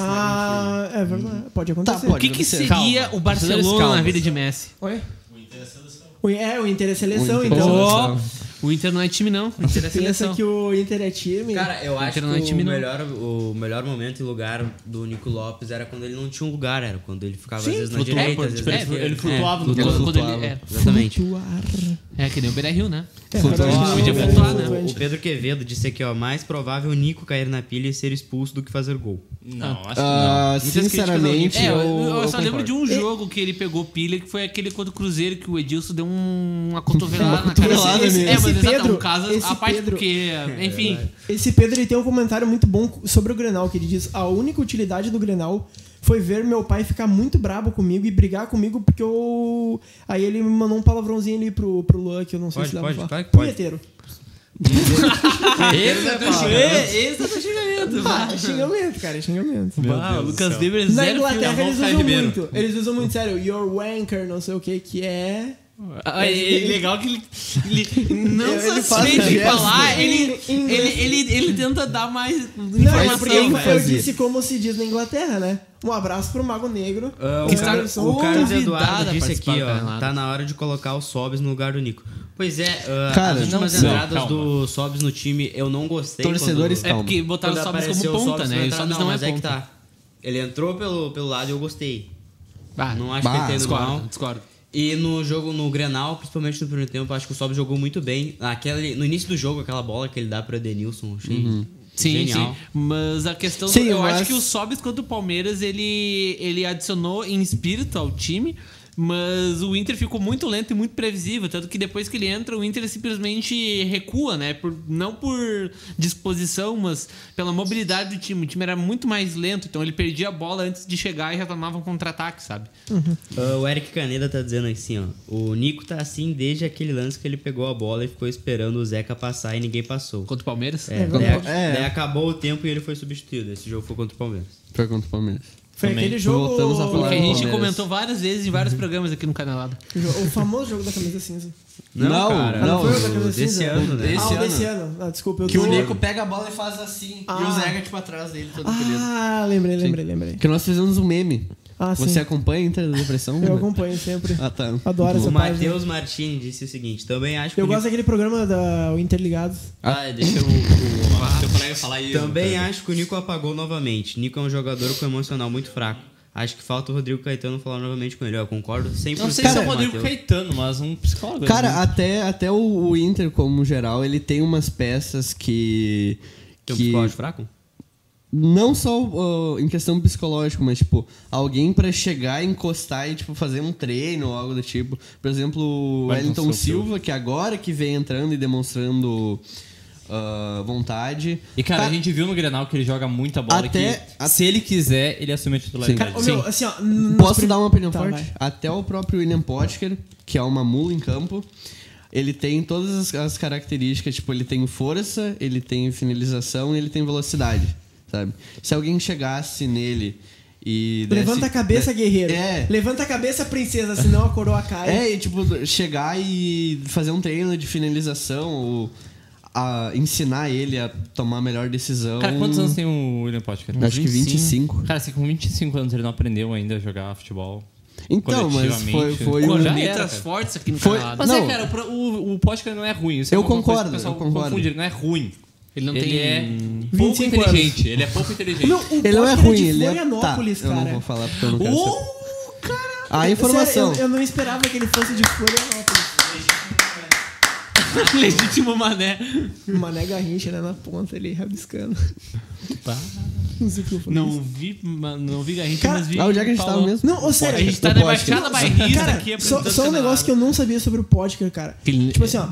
Argentina. Ah, é verdade. Pode acontecer. Tá, pode. O que, que você- seria Calma. o Barcelona Calma. na vida de Messi? Oi? O Inter é seleção. É, o Inter é seleção, O Inter é então. Seleção. Oh, o Inter não é time, não. O Inter é Pensa seleção. que o Inter é time. Cara, eu acho que Inter não é o time, não. melhor, o melhor momento e lugar do Nico Lopes era quando ele não tinha um lugar, era quando ele ficava às vezes na flutuava, é, direita, às vezes tipo, na ele flu- esquerda. É. ele flutuava É. no Quando- campo. quando ele- é, Exatamente. Tuar. é que nem o Beira Rio, né? É, agora acho que não podia é pontuar, né? flutuante. O Pedro Quevedo disse aqui, ó, mais provável o Nico cair na pilha e ser expulso do que fazer gol. Não, acho que não. Ah, críticas sinceramente, É, eu, eu, eu só eu lembro concordo. de um jogo que ele pegou pilha, que foi aquele contra o Cruzeiro, que o Edilson deu um- uma cotovelada na cara. cotovelada Esse- mesmo. é, mas Esse exato, é um Pedro- caso esse à parte, Pedro- É, porque, enfim... Esse Pedro ele tem um comentário muito bom sobre o Grenal, que ele diz: "A única utilidade do Grenal foi ver meu pai ficar muito brabo comigo e brigar comigo porque eu aí ele me mandou um palavrãozinho ali pro, pro Luan que eu não sei Pode, se dá pode, pra claro falar. que pode. Punheteiro. Esse é Esse é palavrão. o xingamento, Ah, é xingamento, cara, é xingamento. Ah, o Lucas Weber é Na zero Inglaterra filho. eles Caio usam Ribeiro. muito. Eles usam muito sério. Your wanker, não sei o que que é. Ah, é é legal que ele, ele não Ele satisfeito faz em gesto. falar, ele, ele, Em inglês. ele, ele tenta dar mais Não, é informação. porque eu, eu ênfase. disse como se diz na Inglaterra, né? Um abraço pro Mago Negro. Ah, que o, cara, conversou o com Carlos convidado Eduardo a disse aqui, participar do ó, Granada. tá na hora de colocar o Sobs no lugar do Nico. Pois é, ah, Cara, as últimas não sei. entradas Calma. do Sobs no time eu não gostei. Torcedores quando, É porque botaram quando o Sobs apareceu como o ponta, Sobs né? pra E o entrar. Sobs não, não é mas é que ponta. tá. Ele entrou pelo, pelo lado e eu gostei. Ah, Não acho Bah, que ele tem mal. discordo, discordo. E no jogo, no Grenal, principalmente no primeiro tempo, acho que o Sob jogou muito bem. Aquele, no início do jogo, aquela bola que ele dá pro Edenilson, achei Uhum. Sim, genial. sim. Mas a questão. Sim, eu mas- acho que o Sobis contra o Palmeiras ele, ele adicionou em espírito ao time. Mas o Inter ficou muito lento e muito previsível. Tanto que depois que ele entra, o Inter simplesmente recua, né? Por, não por disposição, mas pela mobilidade do time. O time era muito mais lento, então ele perdia a bola antes de chegar e já tomava um contra-ataque, sabe? Ah, o Eric Caneda tá dizendo assim, ó. O Nico tá assim desde aquele lance que ele pegou a bola e ficou esperando o Zeca passar e ninguém passou. Contra o Palmeiras. É, daí, verdade. É. daí acabou o tempo e ele foi substituído. Esse jogo foi contra o Palmeiras. um Foi contra o Palmeiras. Foi Também. aquele jogo. Voltamos a O falar que a do gente Palmeiras. comentou várias vezes em vários programas aqui no Canelada. O famoso jogo da camisa cinza. Não, cara, não, foi o da camisa desse cinza. ano, né? ah, Esse o desse ano. Ah, desculpa, eu Que tô... o Nico pega a bola e faz assim, e Ah. o Zega, tipo, atrás dele, todo feliz. Ah, lembrei, lembrei, lembrei. Que nós fizemos um meme. Ah, sim. Você acompanha a Inter da Depressão? Eu acompanho sempre. Ah, tá. Adoro O essa página. Matheus Martini disse o seguinte: também acho que. Eu o Liv- gosto daquele programa da o Interligados. Ah, deixa eu. Ah. o- Seu colega falar e eu- Também acho que o Nico apagou novamente. Nico é um jogador com emocional muito fraco. Acho que falta o Rodrigo Caetano falar novamente com ele. Eu concordo 100% Não sei se é o com Rodrigo Matheus. Caetano, mas um psicólogo. né? Cara, até, até o, o Inter, como geral, ele tem umas peças que. Tem um que psicólogo fraco? não só ó, em questão psicológica, mas tipo, alguém pra chegar, encostar e tipo fazer um treino ou algo do tipo. Por exemplo, o Wellington um Silva, que agora que vem entrando e demonstrando ah, vontade. E cara, Tá- a gente viu no Grenal que ele joga muita bola Até- que se ele quiser, ele assume a titularidade. Cara, ô, meu, assim, ó. n- É, Posso nas- dar uma opinião Tá, forte? vai. Até o próprio William Potker, que é uma mula em campo, ele tem todas as, as características, tipo, ele tem força, ele tem finalização e ele tem velocidade, sabe? Se alguém chegasse nele e desse- Levanta a cabeça, guerreiro. É. Levanta a cabeça, princesa, senão a coroa cai. É, e tipo, chegar e fazer um treino de finalização ou a ensinar ele a tomar a melhor decisão. Cara, quantos anos tem o William Potker? Acho que 25. Cara, se com 25 anos ele não aprendeu ainda a jogar futebol. Então, mas foi, Coletivamente. foi Pô, um- já Não era, letras cara. fortes aqui no Foi- canal. Mas é, Não. cara, o pro- o, o Potker não é ruim. Isso é Eu uma coisa concordo, que o pessoal eu concordo. confunde, ele não é ruim. Ele não ele tem. é pouco 25 anos. inteligente. Ele é pouco inteligente. Meu, o Ele não é Potker ruim, de ele é. Tá, Florianópolis, eu não cara. vou falar porque eu não quero. Ô, ser- A informação. Sério, eu, eu não esperava que ele fosse de Florianópolis. Legítimo mané. Mané Garrincha, né? Na ponta ali, rabiscando. Tá. Pá. Não sei o que eu falei. Não vi, ma- não vi Garrincha, Cara, mas vi. Ah, onde é que a gente tava Paulão. mesmo? Não, ou sério, A gente tá Eu na posso, Baixada Bairrista Cara, aqui. só, só um negócio que eu não sabia sobre o Potker, cara. Ele- tipo assim, ó.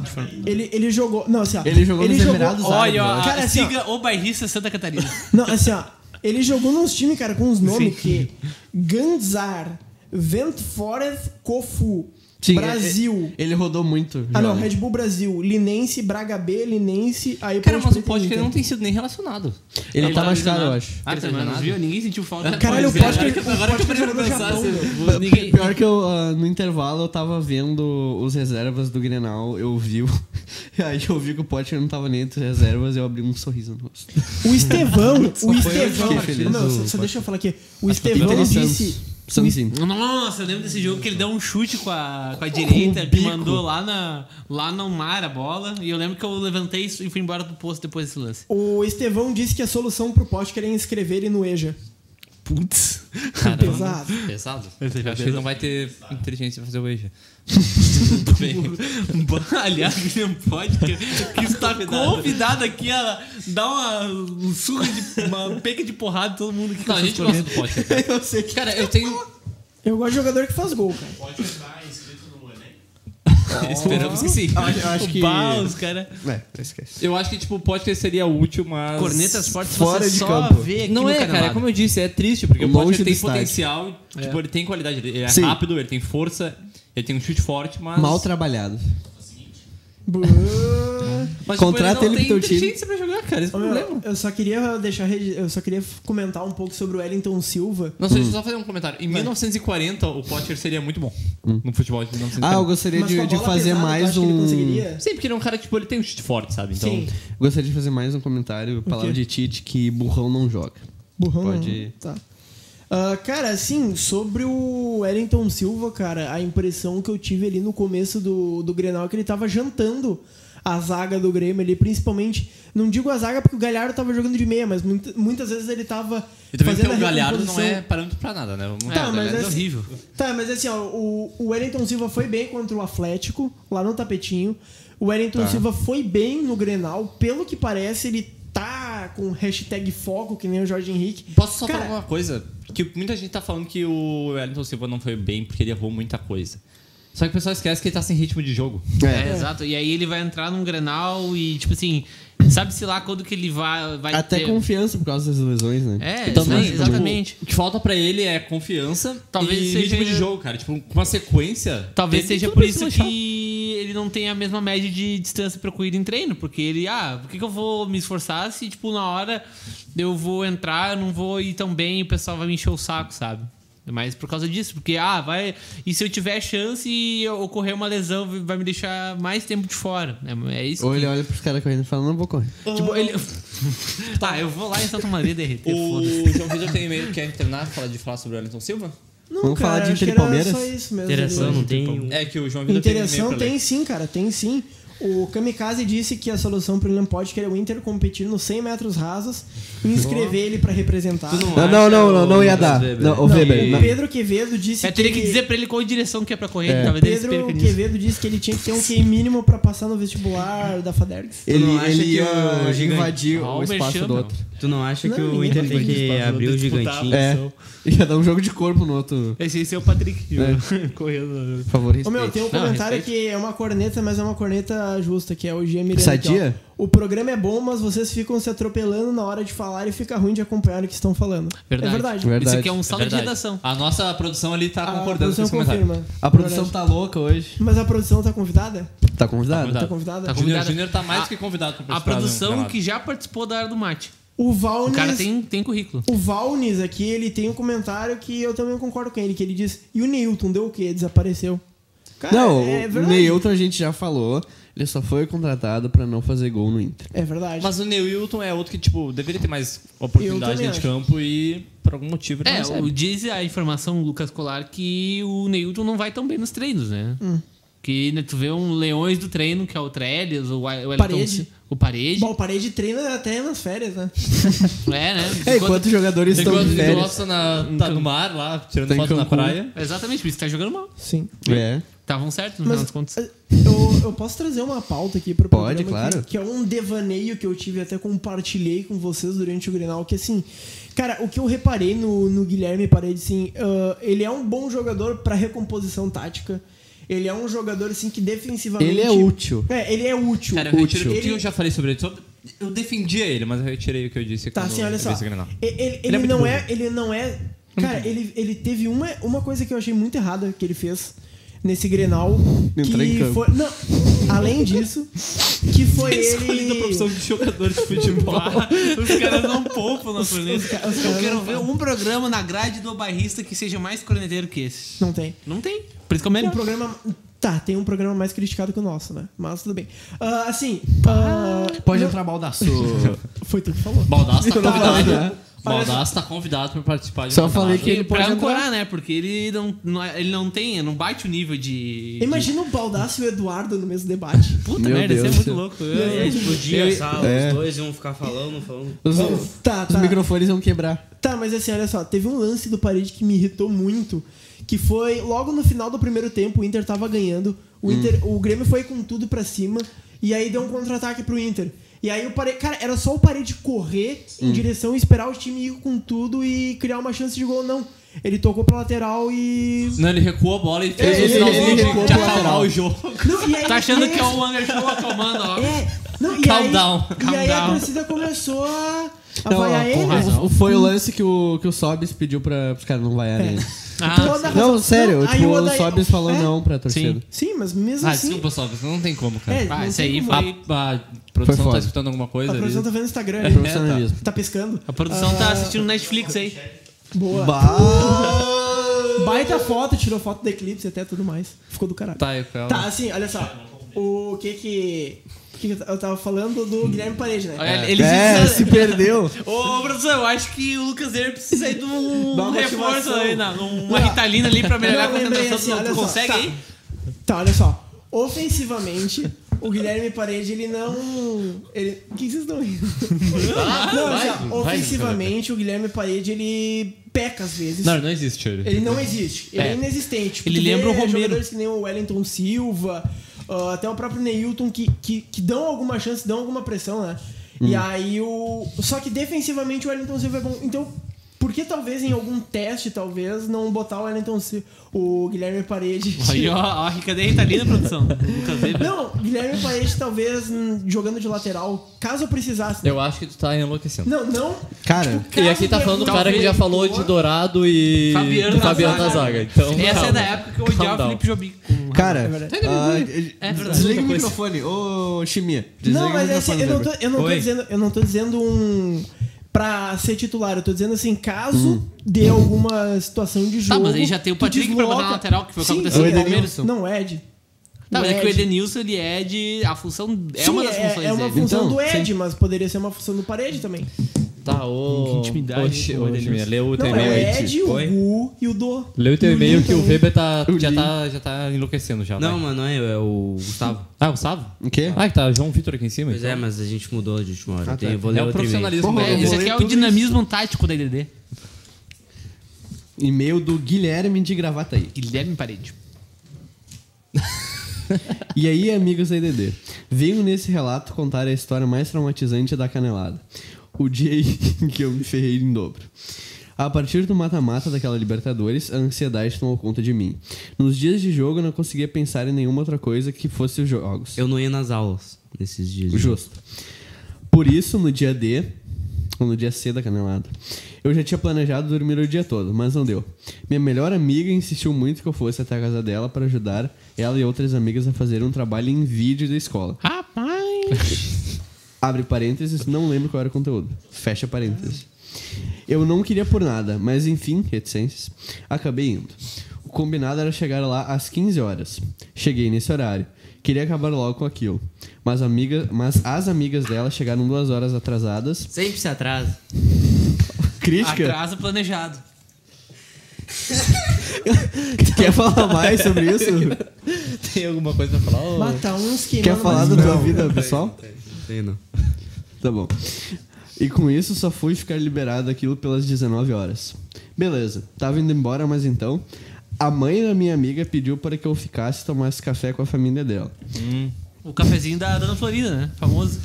Ele, ele jogou. Não, assim, ó. Ele jogou nos Emirados Árabes, né? Olha, ó, Cara, assim, ó. siga o bairrista Santa Catarina. Não, assim, ó. Ele jogou nos times, cara, com uns nomes que. Ganzar, Ventforest, Kofu, Sim, é, Brasil. Ele, ele rodou muito. Ah, não, jovem. Red Bull Brasil, Linense, Braga B, Linense, aí Cara, Ponte mas o Preta e Potker Inter. não tem sido nem relacionado. Ele, Ele tá tá machucado, eu lesionado. acho. Ah, tá, mas não viu? Ninguém sentiu falta. Caralho, o Pois é, Potker. Agora que- tá agora que eu parei pra pensar, Japão, assim, velho. agora- Ninguém. Pior que eu, ah, no intervalo, eu tava vendo os reservas do Grenal, eu vi. o- Aí eu vi que o Potter não tava nem entre as reservas, eu abri um sorriso no rosto. O Estevão, o Estevão. fiquei feliz, Não, só, o- só deixa eu falar aqui. O Estevão Inter e Então, Santos. disse. Santos, sim. Nossa, eu lembro desse jogo que ele deu um chute com a, com a direita, que mandou lá, na, lá no mar a bola. E eu lembro que eu levantei isso e fui embora do posto depois desse lance. O Estevão disse que a solução pro Potker é inscrever ele no EJA. Putz. Pesado. Pesado. Esse já acho que fez. ele não vai ter inteligência pra fazer o EJA. Aliás, William pode que, que está convidado aqui a dar uma um surra de uma peca de porrada em todo mundo que Não, a gente gosta do tá? Potker. cara. Eu sei que. Cara, eu tenho... Eu gosto de jogador que faz gol, cara. Pode estar inscrito no Enem. Esperamos que sim. Eu acho que. Baus, cara. É, esquece. Eu acho que, tipo, o Potker seria útil, mas... é Cornetas fortes Fora você de só campo. vê aqui Não no é, Carnaval. cara, é como eu disse, é triste, porque o Potker Longe do tem estádio. potencial, tipo, ele tem qualidade, ele é Sim. rápido, ele tem força, ele tem um chute forte, mas. Mal trabalhado. Bu- mas, tipo, Contrata ele ele pro não teu tem time. inteligência pra jogar, cara, esse é Ô, o problema. meu, eu só queria deixar. regi- Eu só queria comentar um pouco sobre o Wellington Silva. Não, só, deixa eu só fazer um comentário. Em 1940, o Potker seria muito bom no futebol de 1940. Ah, eu gostaria Mas com de, a de bola fazer pesada, tu mais acha que ele um. conseguiria? Sim, porque ele é um cara que, tipo, ele tem um chute forte, sabe? Então, Sim. Gostaria de fazer mais um comentário. Palavra de Tite que burrão não joga. Burrão. Pode- não. Tá. Ah, cara, assim, sobre o Wellington Silva, cara, a impressão que eu tive ali no começo do, do Grenal é que ele tava jantando a zaga do Grêmio ali, principalmente. Não digo a zaga porque o Galhardo tava jogando de meia, mas muita- muitas vezes ele tava. E também porque fazendo o a Galhardo não recomposição. é parâmetro pra nada, né? Vamos- Tá, é, mas né? é- é horrível. Tá, mas assim, ó, o, o Wellington Silva foi bem contra o Atlético, lá no tapetinho. O Wellington Tá. Silva foi bem no Grenal, pelo que parece, ele tá com hashtag foco, que nem o Jorge Henrique. Posso só Cara, falar uma coisa? Que muita gente tá falando que o Wellington Silva não foi bem porque ele errou muita coisa. Só que o pessoal esquece que ele tá sem ritmo de jogo. É, exato. E aí ele vai entrar num Grenal e, tipo assim, sabe-se lá quando que ele vai, vai Até ter... confiança por causa das lesões, né? É, Então, isso aí, mas, tipo, exatamente. o que falta pra ele é confiança Talvez e seja- ritmo de jogo, cara. Tipo, com uma sequência... Talvez ele seja tudo por pra se isso manchar. que ele não tem a mesma média de distância percorrida em treino, porque ele, ah, por que, que eu vou me esforçar se, tipo, na hora eu vou entrar, eu não vou ir tão bem e o pessoal vai me encher o saco, sabe? Mas por causa disso, porque, ah, vai. E se eu tiver chance e eu- ocorrer uma lesão, vai me deixar mais tempo de fora. É, é isso. Ou ele olha pros caras correndo e fala, não vou correr. Tipo, ele. tá, eu vou lá em Santa Maria derreter, foda-se. O João Vitor tem e-mail que quer internar fala de falar sobre o Wellington Silva? Não, Vamos cara, falar de acho Inter e que era Palmeiras? só isso mesmo. Interação ali. não tem. É que o João Vitor teve e-mail Interação pra tem ler. sim, cara, tem sim. O Kamikaze disse que a solução pro William Potker é o Inter competir nos 100 metros rasos e inscrever ele pra representar. Tu Não, é, né? não, não, não, não ia dar. Não, o Não, é Weber. o não. Pedro Quevedo disse Eu teria que dizer pra ele qual direção que é pra correr. É. Talvez ele se Pedro perca nisso. Quevedo disse que ele tinha que ter um QI mínimo pra passar no vestibular da FADERGS. Ele, não acha ele que ia o gigante- invadir Ah, o o espaço Merchan, do não. outro. Tu não acha que Não, o ninguém Inter tem que abrir o gigantinho? É. Ia dar um jogo de corpo no outro. Esse, esse é o Patrick que É. correndo. Por favor, Ô, meu, tem um Não, comentário respeito. que é uma corneta, mas é uma corneta justa, que é o GM Miranda. Sadia? aqui, ó. O programa é bom, mas vocês ficam se atropelando na hora de falar e fica ruim de acompanhar o que estão falando. É verdade. Verdade. Isso aqui é um saldo de Verdade. redação. A nossa produção ali tá A concordando com produção esse comentário. confirma. A produção Verdade. tá louca hoje. Mas a produção tá convidada? Tá convidado? Tá convidada? Tá O Júnior- convidado. Júnior tá mais A- que convidado pra A participar né? do produção gramado. que já participou da área do mate. O O Valnes. cara tem, tem currículo. O Valnes aqui, ele tem um comentário que eu também concordo com ele, que ele diz, e o Neilton deu o quê? Desapareceu. Cara, Não, é o verdade. Neilton a gente já falou. Ele só foi contratado pra não fazer gol no Inter. É verdade. Mas o Neilton é outro que, tipo, deveria ter mais Eu oportunidade também dentro de acho. campo e, por algum motivo, ele não É, recebe. o, diz a informação, o Lucas Colar, que o Neilton não vai tão bem nos treinos, né? Hum. Que né, tu vê um Leões do treino, que é o Trellis, o, Wa- o Elton Parede. Si- O Parede. Bom, parede treina até nas férias, né? É, né? É, enquanto os jogadores estão Enquanto de ele férias. gosta na, tá no mar lá, tirando Tá em foto na Cancún. praia. Exatamente, por isso que tá jogando mal. Sim. É. Estavam certos, no Mas- final das contas. Eh, Eu, eu posso trazer uma pauta aqui pro Pode, programa, que- claro. que, é um devaneio que eu tive e até compartilhei com vocês durante o Grenal, que assim, cara, o que eu reparei no, no Guilherme Paredes, assim, ah, ele é um bom jogador pra recomposição tática, ele é um jogador, assim, que defensivamente... Ele é útil. É, ele é útil. Cara, eu útil. retiro o que Ele- eu já falei sobre ele. Só- Eu defendia ele, mas eu retirei o que eu disse. Tá, quando assim, olha eu só. disse o Grenal. E- Ele, ele é muito não burro. é. Ele não é. Cara, ele, ele teve uma, uma coisa que eu achei muito errada que ele fez nesse Grenal. Entrar em Que campo. foi. Não, além disso, que foi Escolhido a profissão ele. de jogador de futebol. Os caras não poupam na corneta. ca- os Eu caras quero não ver um programa na grade do bairrista que seja mais corneteiro que esse. Não tem. Não tem. Por isso que é o Um melhor. programa. Tá, tem um programa mais criticado que o nosso, né? Mas tudo bem. Ah, assim. ah, Pode não- entrar baldaço. Foi tu que falou. Baldaço tá Eu não falei convidado. nada. Baldaço tá convidado pra participar de Só um falei campeonato. que ele pra pode entrar. ancorar, né? Porque ele não, não- é, ele não tem, não bate o nível de. Imagina o Baldaço e o Eduardo no mesmo debate. de- Puta Meu merda, isso é Deus. muito louco. Eu- Ia explodir a sala, É. tipo, os dois iam ficar falando, falando. Os, Tá, os tá. microfones vão quebrar. Tá, mas assim, olha só, teve um lance do parede que me irritou muito, que foi logo no final do primeiro tempo, o Inter tava ganhando, o, Inter, Hum. o Grêmio foi com tudo pra cima, e aí deu um contra-ataque pro Inter. E aí o parede. Cara, era só o parede correr em direção e esperar o time ir com tudo e criar uma chance de gol, não. Ele tocou pra lateral e. Não, ele recuou a bola e fez É, Ele- o finalzinho ele de- recuou de pro acalmar lateral. o jogo. Não, e aí Tá achando que é o o Anderson comando, ó. É, não, e Calm aí, down, E calm aí a down. torcida começou a. a Não, vaiar Então, com ele. razão. foi o lance que o, que o Sobis pediu pra os caras não vaiarem. ele. Ah, né? Toda a razão. É. Não, sério, Não, aí tipo, o, Odair- Sobis falou É, não pra torcida. Sim. Sim, mas mesmo Ah, assim. desculpa, só, isso não tem como, cara. É, Ah, não esse tem aí como. foi- A, a produção foda. tá escutando alguma coisa A ali. produção tá vendo o Instagram, É, né? tá. Profissionalismo. Tá pescando. a produção Ah. tá assistindo Netflix aí. Boa. Bah! Baita foto, tirou foto do eclipse e até tudo mais. Ficou do caralho. Tá, eu calma. Tá, assim, olha só. O que que. o que que eu tava falando do Guilherme Parede, né? Olha, Ele É, precisa- se perdeu. Ô, produção, eu acho que o Lucas Eira precisa aí de Dá um uma reforço motivação. aí, na- uma ritalina ali pra melhorar Não, a eu lembrei, concentração. assim, tu olha só, consegue tá. aí? Tá, olha só. Ofensivamente, o Guilherme Parede, ele não. Ele... O que vocês estão rindo? Não, Ah, vai, assim, ó, vai, ofensivamente, o Guilherme Parede, ele peca às vezes. Não, não existe ele. Ele não existe. Ele é, É. inexistente. Ele Tu vê lembra o Romero. jogadores que nem o Wellington Silva, ah, até o próprio Neilton, que, que, que dão alguma chance, dão alguma pressão, né? Hum. E aí o... Só que defensivamente o Wellington Silva é bom. Então, por que talvez em algum teste, talvez, não botar o Wellington Silva... O Guilherme Parede... Aí, ó, ó, cadê a ritalina, produção? Lucas Eira. Não, Guilherme Parede talvez hum, jogando de lateral, caso eu precisasse. Eu acho que tu tá enlouquecendo. Não, não. Tipo, Cara, E aqui tá falando o cara que já falou de Dourado e Fabiano na Fabiano zaga. na zaga. Então, Essa é calma. da época que eu odiava Calm o down. Felipe Jobim. Com- cara, verdade. ah, verdade. desliga o microfone. Ô, Chimia. desliga Não, o mas é assim, microfone, eu Weber. não tô, eu não tô Oi. dizendo, eu não tô dizendo um pra ser titular, eu tô dizendo assim, caso Hum. dê alguma situação de jogo. Tá, mas aí já tem o tu Patrick pra botar desloca. na lateral, que foi o que Sim, aconteceu sim, com o é, Edenilson. Não, Ed. Tá, O mas é que o Ed. Edenilson, ele é de. A função. É Sim, uma das funções é, é uma dele. função Então, do Ed, sim. mas poderia ser uma função do parede também. Tá, ô. Que intimidade, Oxe, pelo amor de Deus. Leu o teu Não, é e-mail o aí. Ed, o Oi? Gu e o Do. Leu o teu E o e-mail que o Lincoln. Weber tá, já, li. tá, já tá enlouquecendo já. Não, vai. mano, não é eu, é o Gustavo. Ah, o Gustavo? O quê? Ah, que tá João Vitor aqui em cima. Pois é, mas a gente mudou de Ah, última hora. Eu tá. tenho- vou ler É o outro e-mail. profissionalismo. Porra, velho. eu vou Esse ler aqui é o tudo dinamismo tático da DDD. E-mail do Guilherme de gravata aí. Guilherme Parede. E aí, amigos da IDD, venho nesse relato contar a história mais traumatizante da canelada. O dia em que eu me ferrei em dobro. A partir do mata-mata daquela Libertadores, a ansiedade tomou conta de mim. Nos dias de jogo, eu não conseguia pensar em nenhuma outra coisa que fosse os jogos. Eu não ia nas aulas nesses dias. né? Justo. Por isso, no dia D, ou no dia C da canelada, eu já tinha planejado dormir o dia todo, mas não deu. Minha melhor amiga insistiu muito que eu fosse até a casa dela para ajudar ela e outras amigas a fazer um trabalho em vídeo da escola. Rapaz! Abre parênteses, não lembro qual era o conteúdo. Fecha parênteses. Eu não queria por nada, mas enfim, reticências, acabei indo. O combinado era chegar lá às 15 horas. Cheguei nesse horário. Queria acabar logo com aquilo. Mas, amiga, mas as amigas dela chegaram duas horas atrasadas. Sempre se atrasa. Crítica? Atraso planejado. Quer falar mais sobre isso? Tem alguma coisa pra falar? ô? Matar um uns queimando. Quer falar da tua vida, pessoal? Sei não. Tá bom. E com isso só fui ficar liberado aquilo pelas 19 horas. Beleza, tava indo embora, mas então. A mãe da minha amiga pediu para que eu ficasse e tomasse café com a família dela. O cafezinho da Dona Florida, né? Famoso.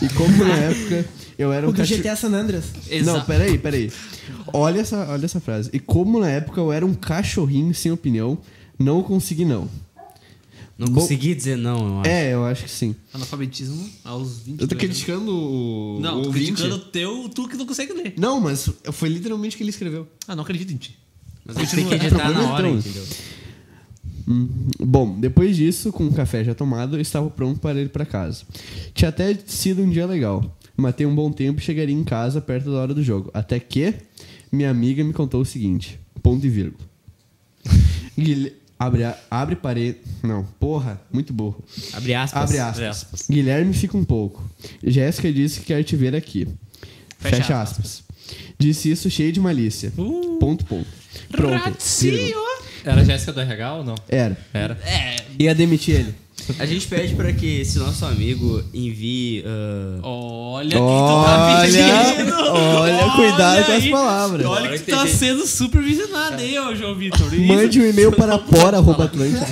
E como na época eu era um O do cachorro. GTA San Andreas. Não, peraí, peraí. Olha essa, olha essa frase. E como na época eu era um cachorrinho sem opinião, não consegui não. Não Bom- consegui dizer não, eu acho. É, eu acho que sim. Analfabetismo aos 20 Eu tô criticando o. Não, o tô ouvinte. criticando o teu, tu que não consegue ler. Não, mas foi literalmente o que ele escreveu. Ah, não acredito em ti. Mas a gente tem que Continua. editar na Problema hora, então. entendeu? Hum, Bom, depois disso, com o café já tomado, eu estava pronto para ir para casa. Tinha até sido um dia legal. Matei um bom tempo e chegaria em casa perto da hora do jogo. Até que minha amiga me contou o seguinte: ponto e vírgula. Guilhe- Abre, a- abre parede. Não, porra, muito burro. Abre aspas. É. Abre aspas. Guilherme fica um pouco. Jéssica disse que quer te ver aqui. Fecha, Fecha aspas. Disse isso cheio de malícia. Ponto, ponto. Pronto. vírgula. Era a Jéssica do RH ou não? Era. Era. Ia demitir ele. A gente pede pra que esse nosso amigo envie. ah, Olha que tu tá Olha, pedindo. olha, cuidado com as aí. palavras. Olha que tu tá sendo supervisionado aí, ô João Vitor. Isso. Mande um e-mail para pora.atlântica.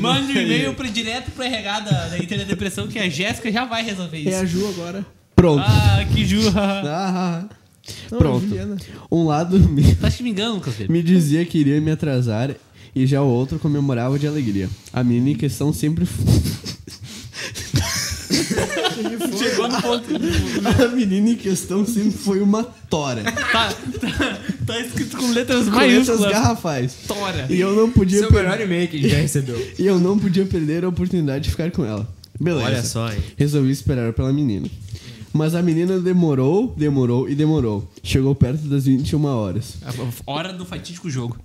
Mande um e-mail pro, direto pro RH da, da Inter da Depressão que a Jéssica já vai resolver É a isso. Ju agora. Pronto. Ah, que jurra. Ah, ah, ah. Não, Pronto. Então, Juliana. Um lado me, Tá te me engano, Lucas Weber. me dizia que iria me atrasar e já o outro comemorava de alegria. A menina em questão sempre. f- Chegou no ponto. A menina em questão sempre foi uma tora. Tá, tá, tá escrito com letras Com essas maiúsculas. garrafais. Tora. E eu não podia per- e-mail que a gente já recebeu. e eu não podia perder a oportunidade de ficar com ela. Beleza. Olha só, hein? Resolvi esperar pela menina. Mas a menina demorou, demorou e demorou. Chegou perto das 21 horas. A Hora do fatídico jogo.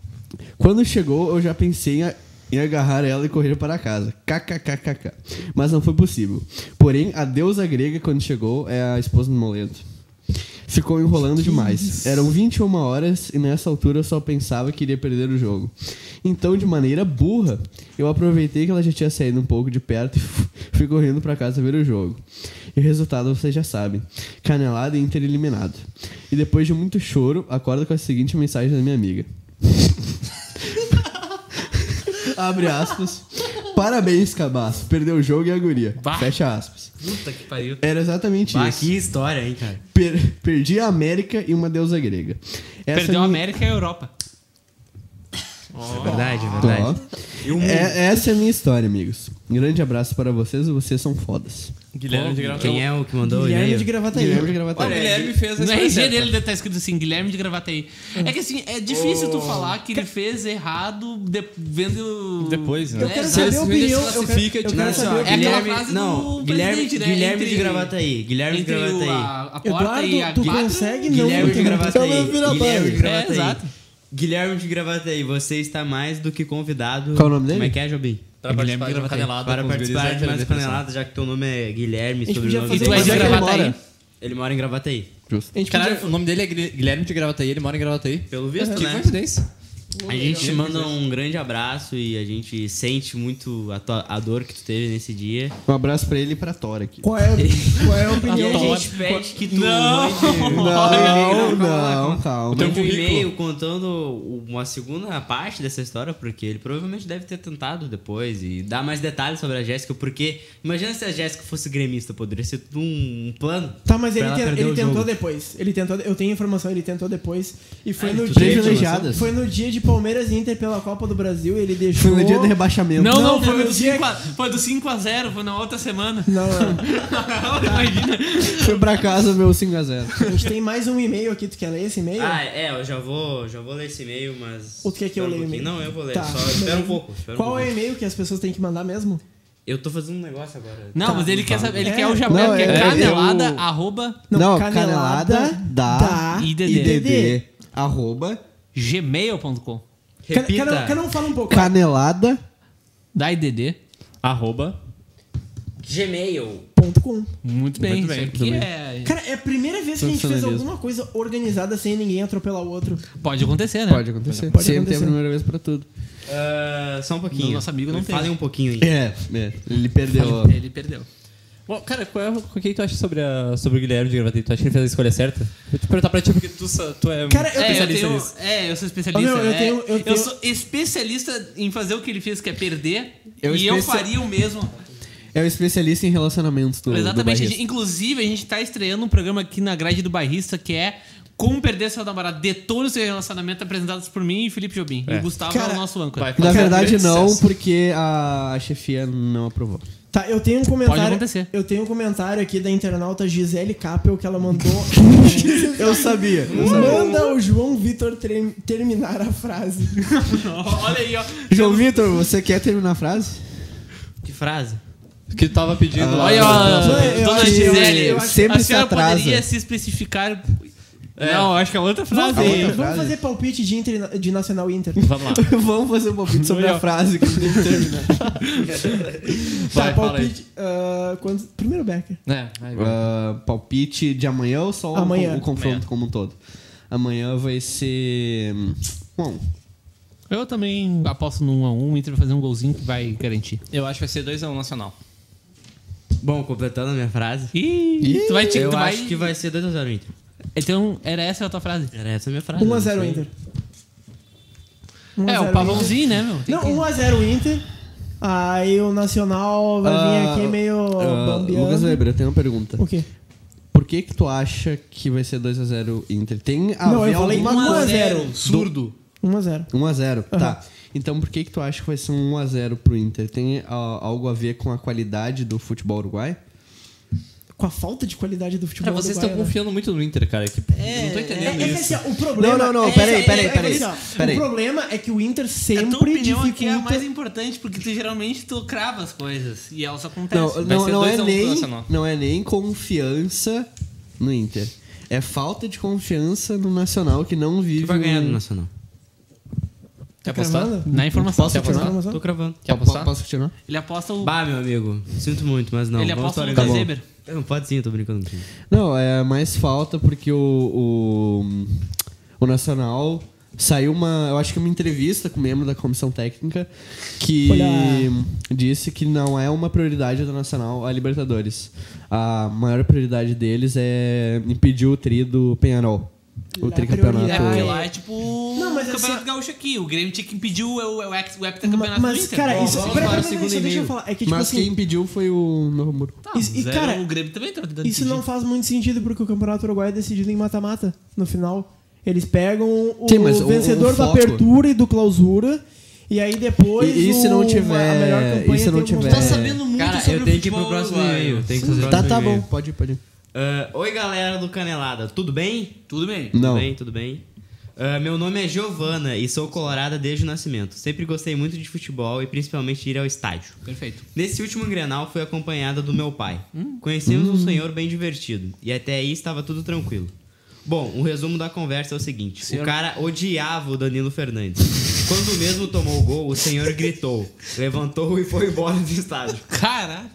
Quando chegou, eu já pensei em, a- em agarrar ela e correr para casa. KKKKK. Mas não foi possível. Porém, a deusa grega, quando chegou, é a esposa do Moledo. Ficou enrolando demais. Eram 21 horas e nessa altura eu só pensava que iria perder o jogo. Então, de maneira burra, eu aproveitei que ela já tinha saído um pouco de perto e fui correndo pra casa ver o jogo. E o resultado vocês já sabem: canelada e Inter eliminado. E depois de muito choro, acordo com a seguinte mensagem da minha amiga: Abre aspas. Parabéns, cabaço. Perdeu o jogo e a guria. Bah. Fecha aspas. Puta que pariu. Era exatamente Bah, isso. que história, hein, cara? Per- perdi a América e uma deusa grega. é Essa é Perdeu a minha- América e a Europa. É Verdade, verdade. né? Ó. É- essa é a minha história, amigos. Um Grande abraço para vocês, vocês são fodas. Tá Guilherme de Gravataí. Quem é o que mandou o Guilherme e-mail? de gravata aí. Guilherme de Gravataí. O Guilherme fez a No escolha RG certa. dele é deve estar escrito assim, Guilherme de Gravataí. É que assim, é difícil Oh. tu falar que ele fez errado de- vendo... Depois, né? Eu quero Se saber ele- a se ele opinião, se eu classifica, quero- eu tipo, Não, quero assim, saber ó, o que- Guilherme, É aquela frase não, do Guilherme, presidente, né? Guilherme de Entre- gravata aí. Guilherme de Entre gravata o- aí. a, a porta e a Eduardo, tu quadra. consegue não? Guilherme de gravata aí. Então eu viro a Guilherme de banda. gravata É, exato. aí. Guilherme de gravata aí, você está mais do que convidado. Qual o nome dele? Como é que é, Jobim? Pra Guilherme participar de uma Gravataí. canelada Para com os guris é da participar de mais Interdepressão. panelada, já que teu nome é Guilherme, gente podia sobrenome fazer Tu dele- é Mas de é que ele Gravataí? mora. Ele mora em Gravataí. Justo. A gente Caralho, podia- o nome dele é Guil- Guilherme de Gravataí, ele mora em Gravataí. Pelo visto, Que né? coincidência. A gente manda um grande abraço e a gente sente muito a, tua- a dor que tu teve nesse dia. Um abraço pra ele e pra Tora aqui. Qual é, qual é a E a Tá opinião de gente pede que tu Não! mande, Não, não, calma. Teu mande um currículo. e-mail contando uma segunda parte dessa história, porque ele provavelmente deve ter tentado depois e dar mais detalhes sobre a Jéssica, porque imagina se a Jéssica fosse gremista, poderia ser tudo um, um plano. Tá, mas pra ele, ela ten- perder ele o tentou jogo. depois. Ele tentou, eu tenho informação, ele tentou depois. E foi no tu dia. tem informação? Foi no dia de Palmeiras e Inter pela Copa do Brasil, ele deixou. Foi no dia do rebaixamento. Não, não, Não, foi, teve do um dia 5 a, foi do 5 a 0, foi na outra semana. Não, não. Imagina. Foi pra casa, meu 5x0. A gente tem mais um e-mail aqui, tu quer ler esse e-mail? Ah, é, eu já vou, já vou ler esse e-mail, mas. Ou tu quer que eu espera um leia o pouquinho. e-mail? Não, eu vou ler, Tá, só espera um beleza. pouco. espera um Qual pouco. é o e-mail que as pessoas têm que mandar mesmo? Eu tô fazendo um negócio agora. Não, mas ele quer saber, ele quer o Não, jabá, que é- é canelada, eu- arroba, Não, canelada, canelada, da, da IDD. IDD, Arroba gmail.com, Repita. Cada, cada um fala um pouco. canelada. da IDD. Arroba. Gmail. Ponto com. Muito bem, Muito bem, isso muito aqui bem. é- Cara, é a primeira vez que a gente fez Profissionalismo. alguma coisa organizada sem ninguém atropelar o outro. Pode acontecer, né? É, Pode acontecer. Pode Sempre tem a acontecer. primeira vez pra tudo. Ah, só um pouquinho. Não, nosso amigo não Me Falem teve. um pouquinho aí. É, é, ele perdeu. Ele, ele perdeu. Bom, cara, qual é, o o que tu acha sobre, a- sobre o Guilherme de Gravataí? Tu acha que ele fez a escolha certa? Vou te perguntar pra ti, porque tu, sa- tu é um Cara, eu É, eu, especialista tenho, nisso. é, eu sou especialista. Ô, meu, eu é. tenho- eu tenho- sou especialista em fazer o que ele fez, que é perder. Eu e eu especia- faria o mesmo. É o especialista em relacionamentos do, Exatamente. do a barrista. gente- inclusive, a gente tá estreando um programa aqui na grade do bairrista que é Como Perder Seu Namorado. Detona o seu relacionamento, apresentados por mim e Felipe Jobim. E o Gustavo Cara, é o nosso âncora. Vai, Na cara, verdade, grande não, sucesso. porque a chefia não aprovou. Tá, eu tenho um comentário. acontecer. Eu tenho um comentário aqui da internauta Gisele Capel que ela mandou. Eu sabia. Manda o João Vitor tre- terminar a frase. Olha aí, ó. João Vitor, você quer terminar a frase? Que frase? Que tu tava pedindo lá. Olha, eu ó, dona acho- Gisele. eu acho- sempre a se senhora atrasa. poderia se especificar. Não, acho que é outra frase. Vamos, fazer, outra vamos frase? fazer palpite de, inter- de Nacional e Inter. Vamos lá. Vamos fazer um palpite sobre a frase que a gente tem que terminar. Vai, tá, fala aí. palpite. ah, quantos- primeiro Becker. É, vai, vai. Ah, palpite de amanhã ou só o Amanhã. con- o confronto como um todo? Amanhã vai ser. hum, Bom, Eu também aposto no 1x1, o Inter vai fazer um golzinho que vai garantir. Eu acho que vai ser 2x1 Nacional. Bom, completando a minha frase. Ih, tu vai te. eu tu vai- acho que vai Uhum. ser 2x0 Inter. Então, era essa a tua frase. Era essa a minha Ah, frase. 1x0 não sei. Inter. É, 1x0 o pavãozinho, né, meu? Tem Não, que- 1x0 Inter. Aí o Nacional vai vir Ah, aqui meio ah, bambeando. Lucas Weber, eu tenho uma pergunta. O quê? Por que que tu acha que vai ser 2x0 Inter? Tem um a Não, eu ver falei alguma 1 a coisa... 0. Surdo. 1x0. 1x0, tá. Então por que que tu acha que vai ser um 1x0 pro Inter? Tem ah, algo a ver com a qualidade do futebol uruguai? Com a falta de qualidade do futebol Cara, vocês estão uruguaiano. confiando muito no Inter, cara. Que, não tô entendendo É, é que isso. assim, ó, o problema... Não, não, não, é, peraí, é, peraí, é que peraí, assim, ó, peraí. O problema é que o Inter A sempre tua opinião dificulta... aqui é a mais importante, porque tu geralmente tu crava as coisas. E elas acontecem. Não, não, ser não, um é 2x1 pro nem, Nacional. não é nem confiança no Inter. É falta de confiança no Nacional que não vive. Quem vai ganhar do um... Nacional? Tá Quer apostar? é Cravando? Na informação. Posso Ele aposta- continuar? Informação? Tô cravando. Quer apostar? Posso continuar? Ele aposta o. Bah, meu amigo. Sinto muito, mas não. ele Vamos aposta o atualizar. Lucas Weber. Tá Não, pode sim, eu tô brincando contigo. Não, é mais falta porque o, o, o Nacional saiu uma, eu acho que uma entrevista com um membro da comissão técnica que Olha. disse que não é uma prioridade do Nacional a Libertadores. A maior prioridade deles é impedir o tri do Penharol. O A tricampeonato. É, prioridade- porque lá é tipo. Tá Não, mas o é Campeonato assim- Gaúcho aqui. O Grêmio tinha que impedir o, o, o, ex- o heptacampeonato Ma- do Mas, Inter. cara, Bom, isso... vamos Pera, para pera, o pera, segundo só deixa eu e-mail. falar. É que, tipo Mas quem assim... impediu foi o Novo Hamburgo. tá, isso- e, zero, cara, o Grêmio também tá tentando Isso não impedir. faz muito sentido, porque o Campeonato Uruguai é decidido em mata-mata, no final. Eles pegam o Sim, mas o- vencedor o da foco- apertura e do clausura, e aí depois E- e se o- não a tiver- melhor e campanha se não tem um o- tiver- Tá sabendo muito Cara, sobre eu o tenho que ir pro futebol próximo uruguaio. e-mail. Tem que fazer o Tá, próximo tá bom, e-mail. pode ir, pode ir. Ah, oi, galera do Canelada. Tudo bem? Tudo bem. Não. Tudo bem, tudo bem. Ah, meu nome é Giovana e sou colorada desde o nascimento. Sempre gostei muito de futebol e principalmente ir ao estádio. Perfeito. Nesse último Grenal fui acompanhada do meu pai. Conhecemos Hum. um senhor bem divertido e até aí estava tudo tranquilo. Bom, o resumo da conversa é o seguinte: o cara odiava o Danilo Fernandes. Quando mesmo tomou o gol, o senhor gritou, levantou e foi embora do estádio. Cara,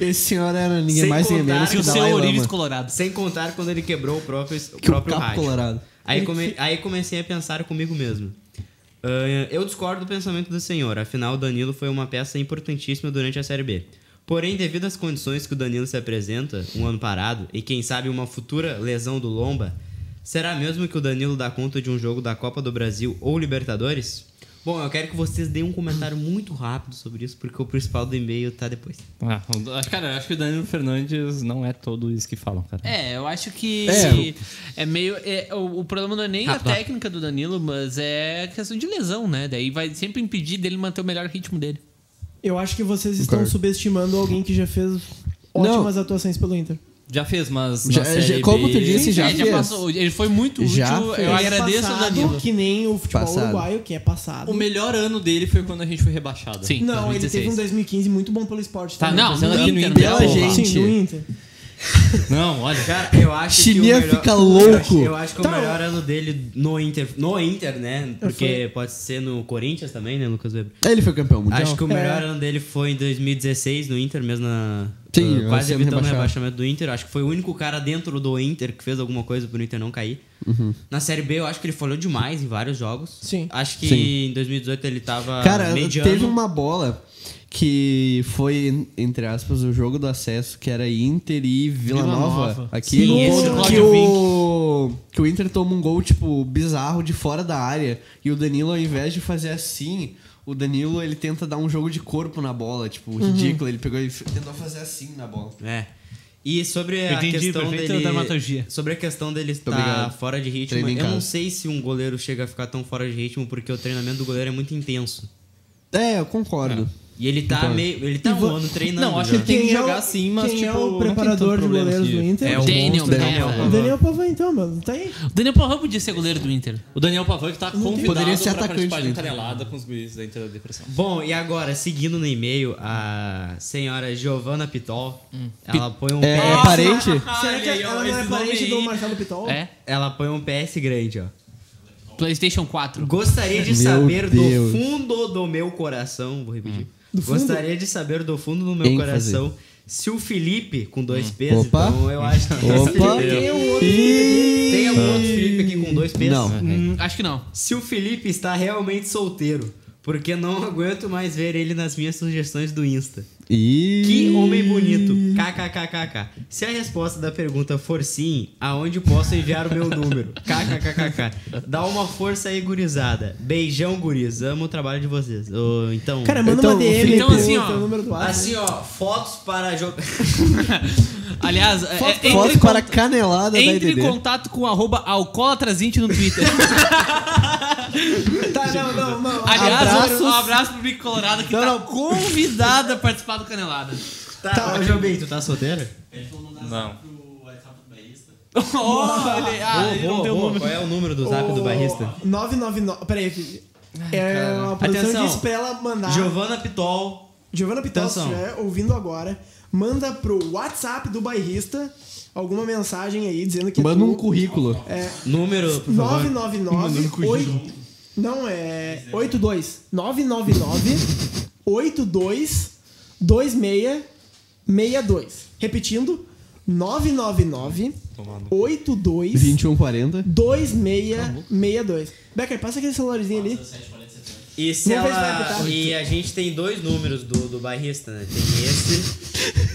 Esse senhor era ninguém Sem mais nem contar menos que que é e o Dalai seu Dalai Lama. Orives Colorado. Sem contar quando ele quebrou o próprio, o Que o próprio capo rádio. colorado. Aí, come- aí comecei a pensar comigo mesmo. Ah, eu discordo do pensamento do senhor, afinal o Danilo foi uma peça importantíssima durante a Série B. Porém, devido às condições que o Danilo se apresenta, um ano parado, e quem sabe uma futura lesão do Lomba, será mesmo que o Danilo dá conta de um jogo da Copa do Brasil ou Libertadores? Bom, eu quero que vocês deem um comentário muito rápido sobre isso, porque o principal do e-mail tá depois. Ah, o- cara, eu acho que o Danilo Fernandes não é tudo isso que falam, cara. É, eu acho que é, meio. é, o, o problema não é nem a técnica do Danilo, mas é questão de lesão, né? Daí vai sempre impedir dele manter o melhor ritmo dele. Eu acho que vocês estão Concordo. subestimando alguém que já fez ótimas atuações pelo Inter. Já fez, mas. na Já- Série já- como B- tu disse, já ele fez. passou- ele foi muito Já útil. fez. Eu agradeço passado, ao Danilo. que nem o futebol Passado. uruguaio, que é passado. é O melhor ano dele foi quando a gente foi rebaixado. Sim. Não, ele 2016. teve um 2015 muito bom pelo esporte. Tá, também. não, é Não, sendo aqui no Inter, né? Inter, não, porra. gente. Sim, do Inter. é Não, olha. Cara, eu acho Chininha que o melhor... fica louco. Eu acho que Tá. o melhor ano dele no Inter, no Inter, né? Porque falei. pode ser no Corinthians também, né, Lucas Weber? Ele foi campeão mundial. Acho que o É. melhor ano dele foi em 2016 no Inter, mesmo na Sim, uh, quase sendo evitando o rebaixado. rebaixamento do Inter. Acho que foi o único cara dentro do Inter que fez alguma coisa pro Inter não cair. Uhum. Na Série B eu acho que ele falhou demais em vários jogos. Sim. Acho que Sim. em 2018 ele tava Cara, mediano. teve um uma bola que foi, entre aspas, o jogo do acesso, que era Inter e Vila, Vila Nova, Nova. Aqui Sim, no esse ponto do que, Claudio o, que o Inter toma um gol, tipo, bizarro de fora da área. E o Danilo, ao invés de fazer assim, o Danilo ele tenta dar um jogo de corpo na bola, tipo, ridículo. Ele pegou e f- tentou fazer assim na bola. É. E sobre Eu a entendi, questão perfeita dele. dramaturgia. Sobre a questão dele estar obrigado. fora de ritmo, Treino em eu não casa. sei se um goleiro chega a ficar tão fora de ritmo porque o treinamento do goleiro é muito intenso. É, eu concordo. E ele tá meio. Ele tá um ano treinando. Não, acho que ele já. tem que Quem é o- jogar sim, mas. quem tipo, é o não tem preparador tanto de problema um goleiros que- do Inter? É o Daniel, Daniel, monstro Daniel Daniel. O Pavão. Daniel Pavan, então, mano, tá aí. O Daniel Pavan podia ser goleiro do Inter. O Daniel Pavan que tá convidado Poderia ser pra atacante participar de dele. uma canelada com os guris da Inter da Depressão. Bom, e agora, seguindo no e-mail, a senhora Giovanna Pitol, ela põe um É, PS, parente? Será que aí, ó, ela não é esse nome parente aí. do Marcelo Pitol? É? ela põe um PS grande, ó. PlayStation 4. Gostaria de Meu saber Deus. Hum. do fundo do meu coração. Vou repetir. Gostaria de saber do fundo do meu Ênfase. Hum. coração se o Felipe, com dois P's, Opa. então eu acho que. Opa! Tem um outro E... né? Tem algum outro Felipe aqui com dois P's? Não. Hum, acho que não. Se o Felipe está realmente solteiro, porque não aguento mais ver ele nas minhas sugestões do Insta. E... Que homem bonito. KKKKK. Se a resposta da pergunta for sim, aonde posso enviar o meu número? KKKKK. Dá uma força aí, gurizada. Beijão, guris. Amo o trabalho de vocês. Ô, então. Cara, manda Então, uma DM então, pro assim, ó, teu número do ar. Assim, ó, fotos para jogar. Aliás, é- é- entre, Foto em para conta- canelada da entre em IDD. contato com arroba alcoolatrasinte no Twitter. Tá, não, não, não. Aliás, Abraços. um abraço pro Bico Colorado que tá convidado a participar do Canelada. Tá, tá Jobim, tu tá solteiro? Não. Olha, ah, Ô, ele ô, não deu ô, nome. qual é o número do zap do barrista? 999. Peraí, filho. É uma produção Atenção. disse pra ela mandar. Giovana Pitol. Giovana Pital, se Atenção. estiver ouvindo agora, manda pro WhatsApp do bairrista alguma mensagem aí dizendo que. Manda tu- um currículo. É Número, por favor. 999. oito- Não, é. 82. 999 82 26 62. Repetindo. 999 82 2140. 2662. Becker, passa aquele celularzinho ali. E se Vamos ver se vai ela... apitar. E a gente tem dois números do, do barrista, né? Tem esse.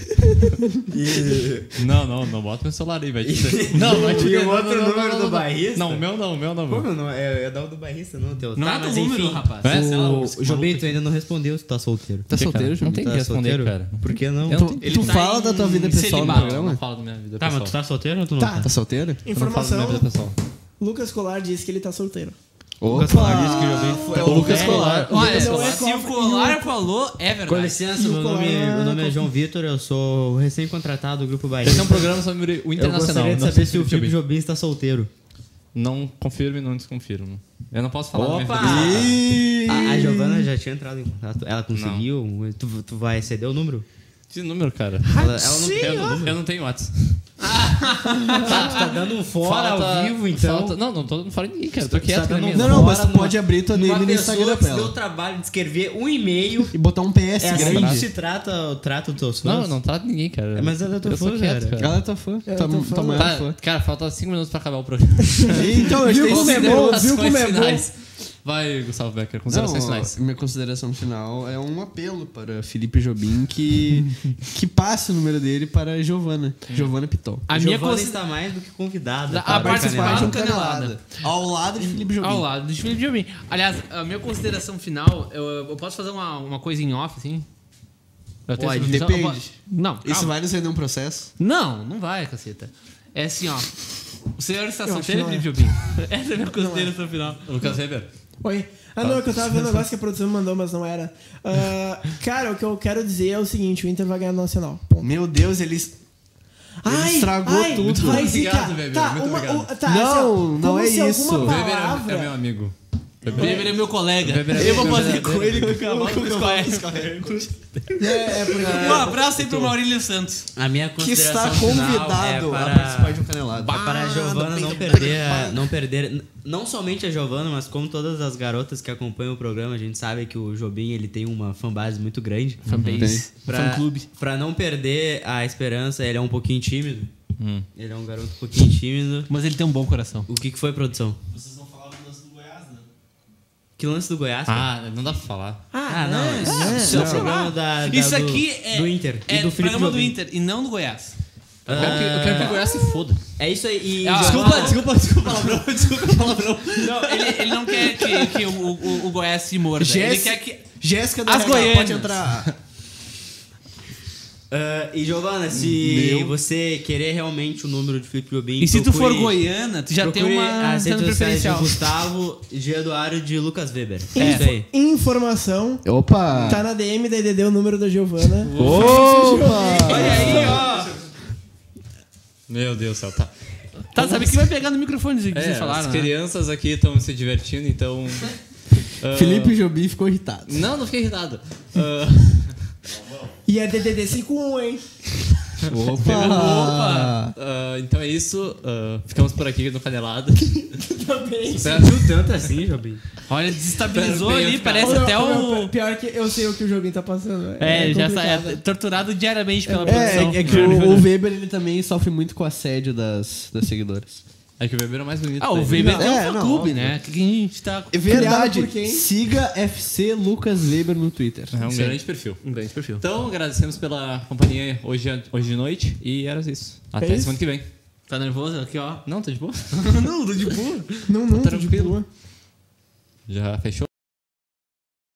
e... Não, não, não bota meu celular aí, velho. Não, não E o não, outro não, não, número não, do não. barrista? Não, o meu não, o meu não. Pô, Meu. meu, não, é, é da do barrista, não, teu. Não tá, é do mas número, enfim. rapaz. É, sei lá, O, esse o Jobim, tu ainda não respondeu se tá solteiro. Tá solteiro, Não Júlio? tem que responder, cara. Por que não? Eu não tenho- Tu tá fala da tua vida pessoal no celibato, Não programa? falo da minha vida tá, mas pessoal. tu tá solteiro ou tu não Tá. tá? Tá solteiro? Eu não falo da Informação: minha vida pessoal. Lucas Colar diz que ele tá solteiro. É o Lucas Colar. Olha, Não é se o Copa- Colar falou, é Com verdade. licença, E o meu nome, Colar- meu nome é João Vitor, eu sou o recém-contratado do Grupo Barrista. Esse é um programa sobre o eu internacional. gostaria de não saber se sobre o Felipe Jobim. Jobim está solteiro. Não confirmo e não desconfirmo. Eu não posso falar da minha Opa! vida pessoal. A, a Giovana já tinha entrado em contato. Ela conseguiu? Um, Tu, tu vai ceder o número? Que número, cara? Ela, ela não eu, não, eu não tenho WhatsApp. Tu tá um dando fora ao vivo, então. falta- tá não, não tô fora de ninguém, cara. Eu tô Tá- quieto tá na dando um minha. Não, não, mas Bora tu pode abrir tua DM Uma no pessoa Instagram que pra se deu o ela. trabalho de escrever um e-mail. E botar um PS É assim que grande. se trata, trata o teu Não, não tá ninguém, cara. É, mas ela é tua Eu sou fã, quieto, cara. cara. Ela é tua fã. Tua, tô tua mãe é Tá, fã. cara, falta 5 minutos pra acabar o programa. Então, eu Viu tenho como é considera- bom? Viu como é bom? finais. Vai, Gustavo Becker, considerações Não, finais. Minha consideração final é um apelo para Felipe Jobim que, que passe o número dele para Giovana. Giovana Piton. A minha Giovana consideração. está tá mais do que convidada. tá A para participar Canelada. de um canelada. Ao lado de Felipe Jobim. Ao lado do Felipe Jobim. Aliás, a minha consideração final, eu, eu posso fazer uma, uma coisa em off, assim? Eu tenho Pode, essa permissão? Eu depende. posso- Não, calma. Isso vai nos render um processo? Não, não vai, caceta. É assim, ó. O senhor está Eu acho solteiro, que não Felipe Jobim? Essa é a minha consideração final. Lucas Weber. Oi. Ah, não, é que eu tava vendo um negócio que a produção me mandou, mas não era. Ah, cara, o que eu quero dizer é o seguinte: o Inter vai ganhar no Nacional. Ponto. Meu Deus, eles. Ai, estragou ai, tudo. Vai Muito zicar. obrigado, Weber, Tá, muito uma, obrigado. o- tá, Não, assim, ó, como não é se alguma isso. Weber é, Palavra... é meu amigo. Weber é meu colega. é eu vou meu fazer colega. com ele que o cavalo que conhece. É, é porque Um abraço aí pro Maurílio Santos. A minha que está consideração final é convidado a participar para... de um canelado. É para a Giovana não perder, a- não perder, n- não somente a Giovana, mas como todas as garotas que acompanham o programa, a gente sabe que o Jobim ele tem uma fanbase muito grande. Fanbase. Pra, Fã-clube. pra não perder a esperança, ele é um pouquinho tímido. Ele é um garoto um pouquinho tímido. Mas ele tem um bom coração. O que, que foi, produção? Vocês não falaram do lance do Goiás, né? Que lance do Goiás? cara? Ah, não dá pra falar. Ah, não. Isso, isso é o programa da, da- Ah, Isso do, aqui é, do Inter. é e do Felipe programa do Jobim. Inter e não do Goiás. Eu quero que- eu quero que o Goiás se foda. É isso aí. E Ah, Giovana- Desculpa, desculpa, desculpa, palavrão. Desculpa, palavrão. Não, ele, ele não quer que, que o, o- o Goiás se morda. Ele Jéssica, quer que. Jéssica do As RH, Goianas. pode entrar. Ah, e Giovana, se você querer realmente o número de Felipe Jobim. E se tu for procure- goiana, tu já tem procure uma as sendo redes sociais de preferencial. Gustavo, de Eduardo e de Lucas Weber. É, Info- isso aí. Informação. Opa! Tá na DM da IDD o número da Giovana. Opa! Olha aí, ó. Meu Deus do céu, tá. Tá, sabe que vai pegar no microfone que É, vocês falaram. as né? crianças aqui estão se divertindo, então. ah, Felipe Jobim ficou irritado. Não, não fiquei irritado. Ah, E é DDD 51, hein? Opa! ah, então é isso. ah, ficamos por aqui no Canelada. Também. Espero que Tanto assim, Jobim. Olha, desestabilizou Pera- ali, pera- parece Olha, até olha, o. Pior que eu sei o que o Jobim tá passando. É, já sa- complicado. é torturado diariamente pela produção. É, é que o, o Weber ele também sofre muito com assédio das, das seguidoras. É que o Weber é o mais bonito. Ah, o daí. Weber Não, tem um é, não, fã-clube, óbvio. né? Que que a gente tá. É verdade. verdade. Siga FC Lucas Weber no Twitter. É um grande perfil. Um grande perfil. Então, agradecemos pela companhia hoje, hoje de noite e era isso. Até É isso. semana que vem. Tá nervoso aqui, ó. Tá Não, tô de boa. Não, tô de boa. Não, não, tô de Tranquilo. boa. Já fechou?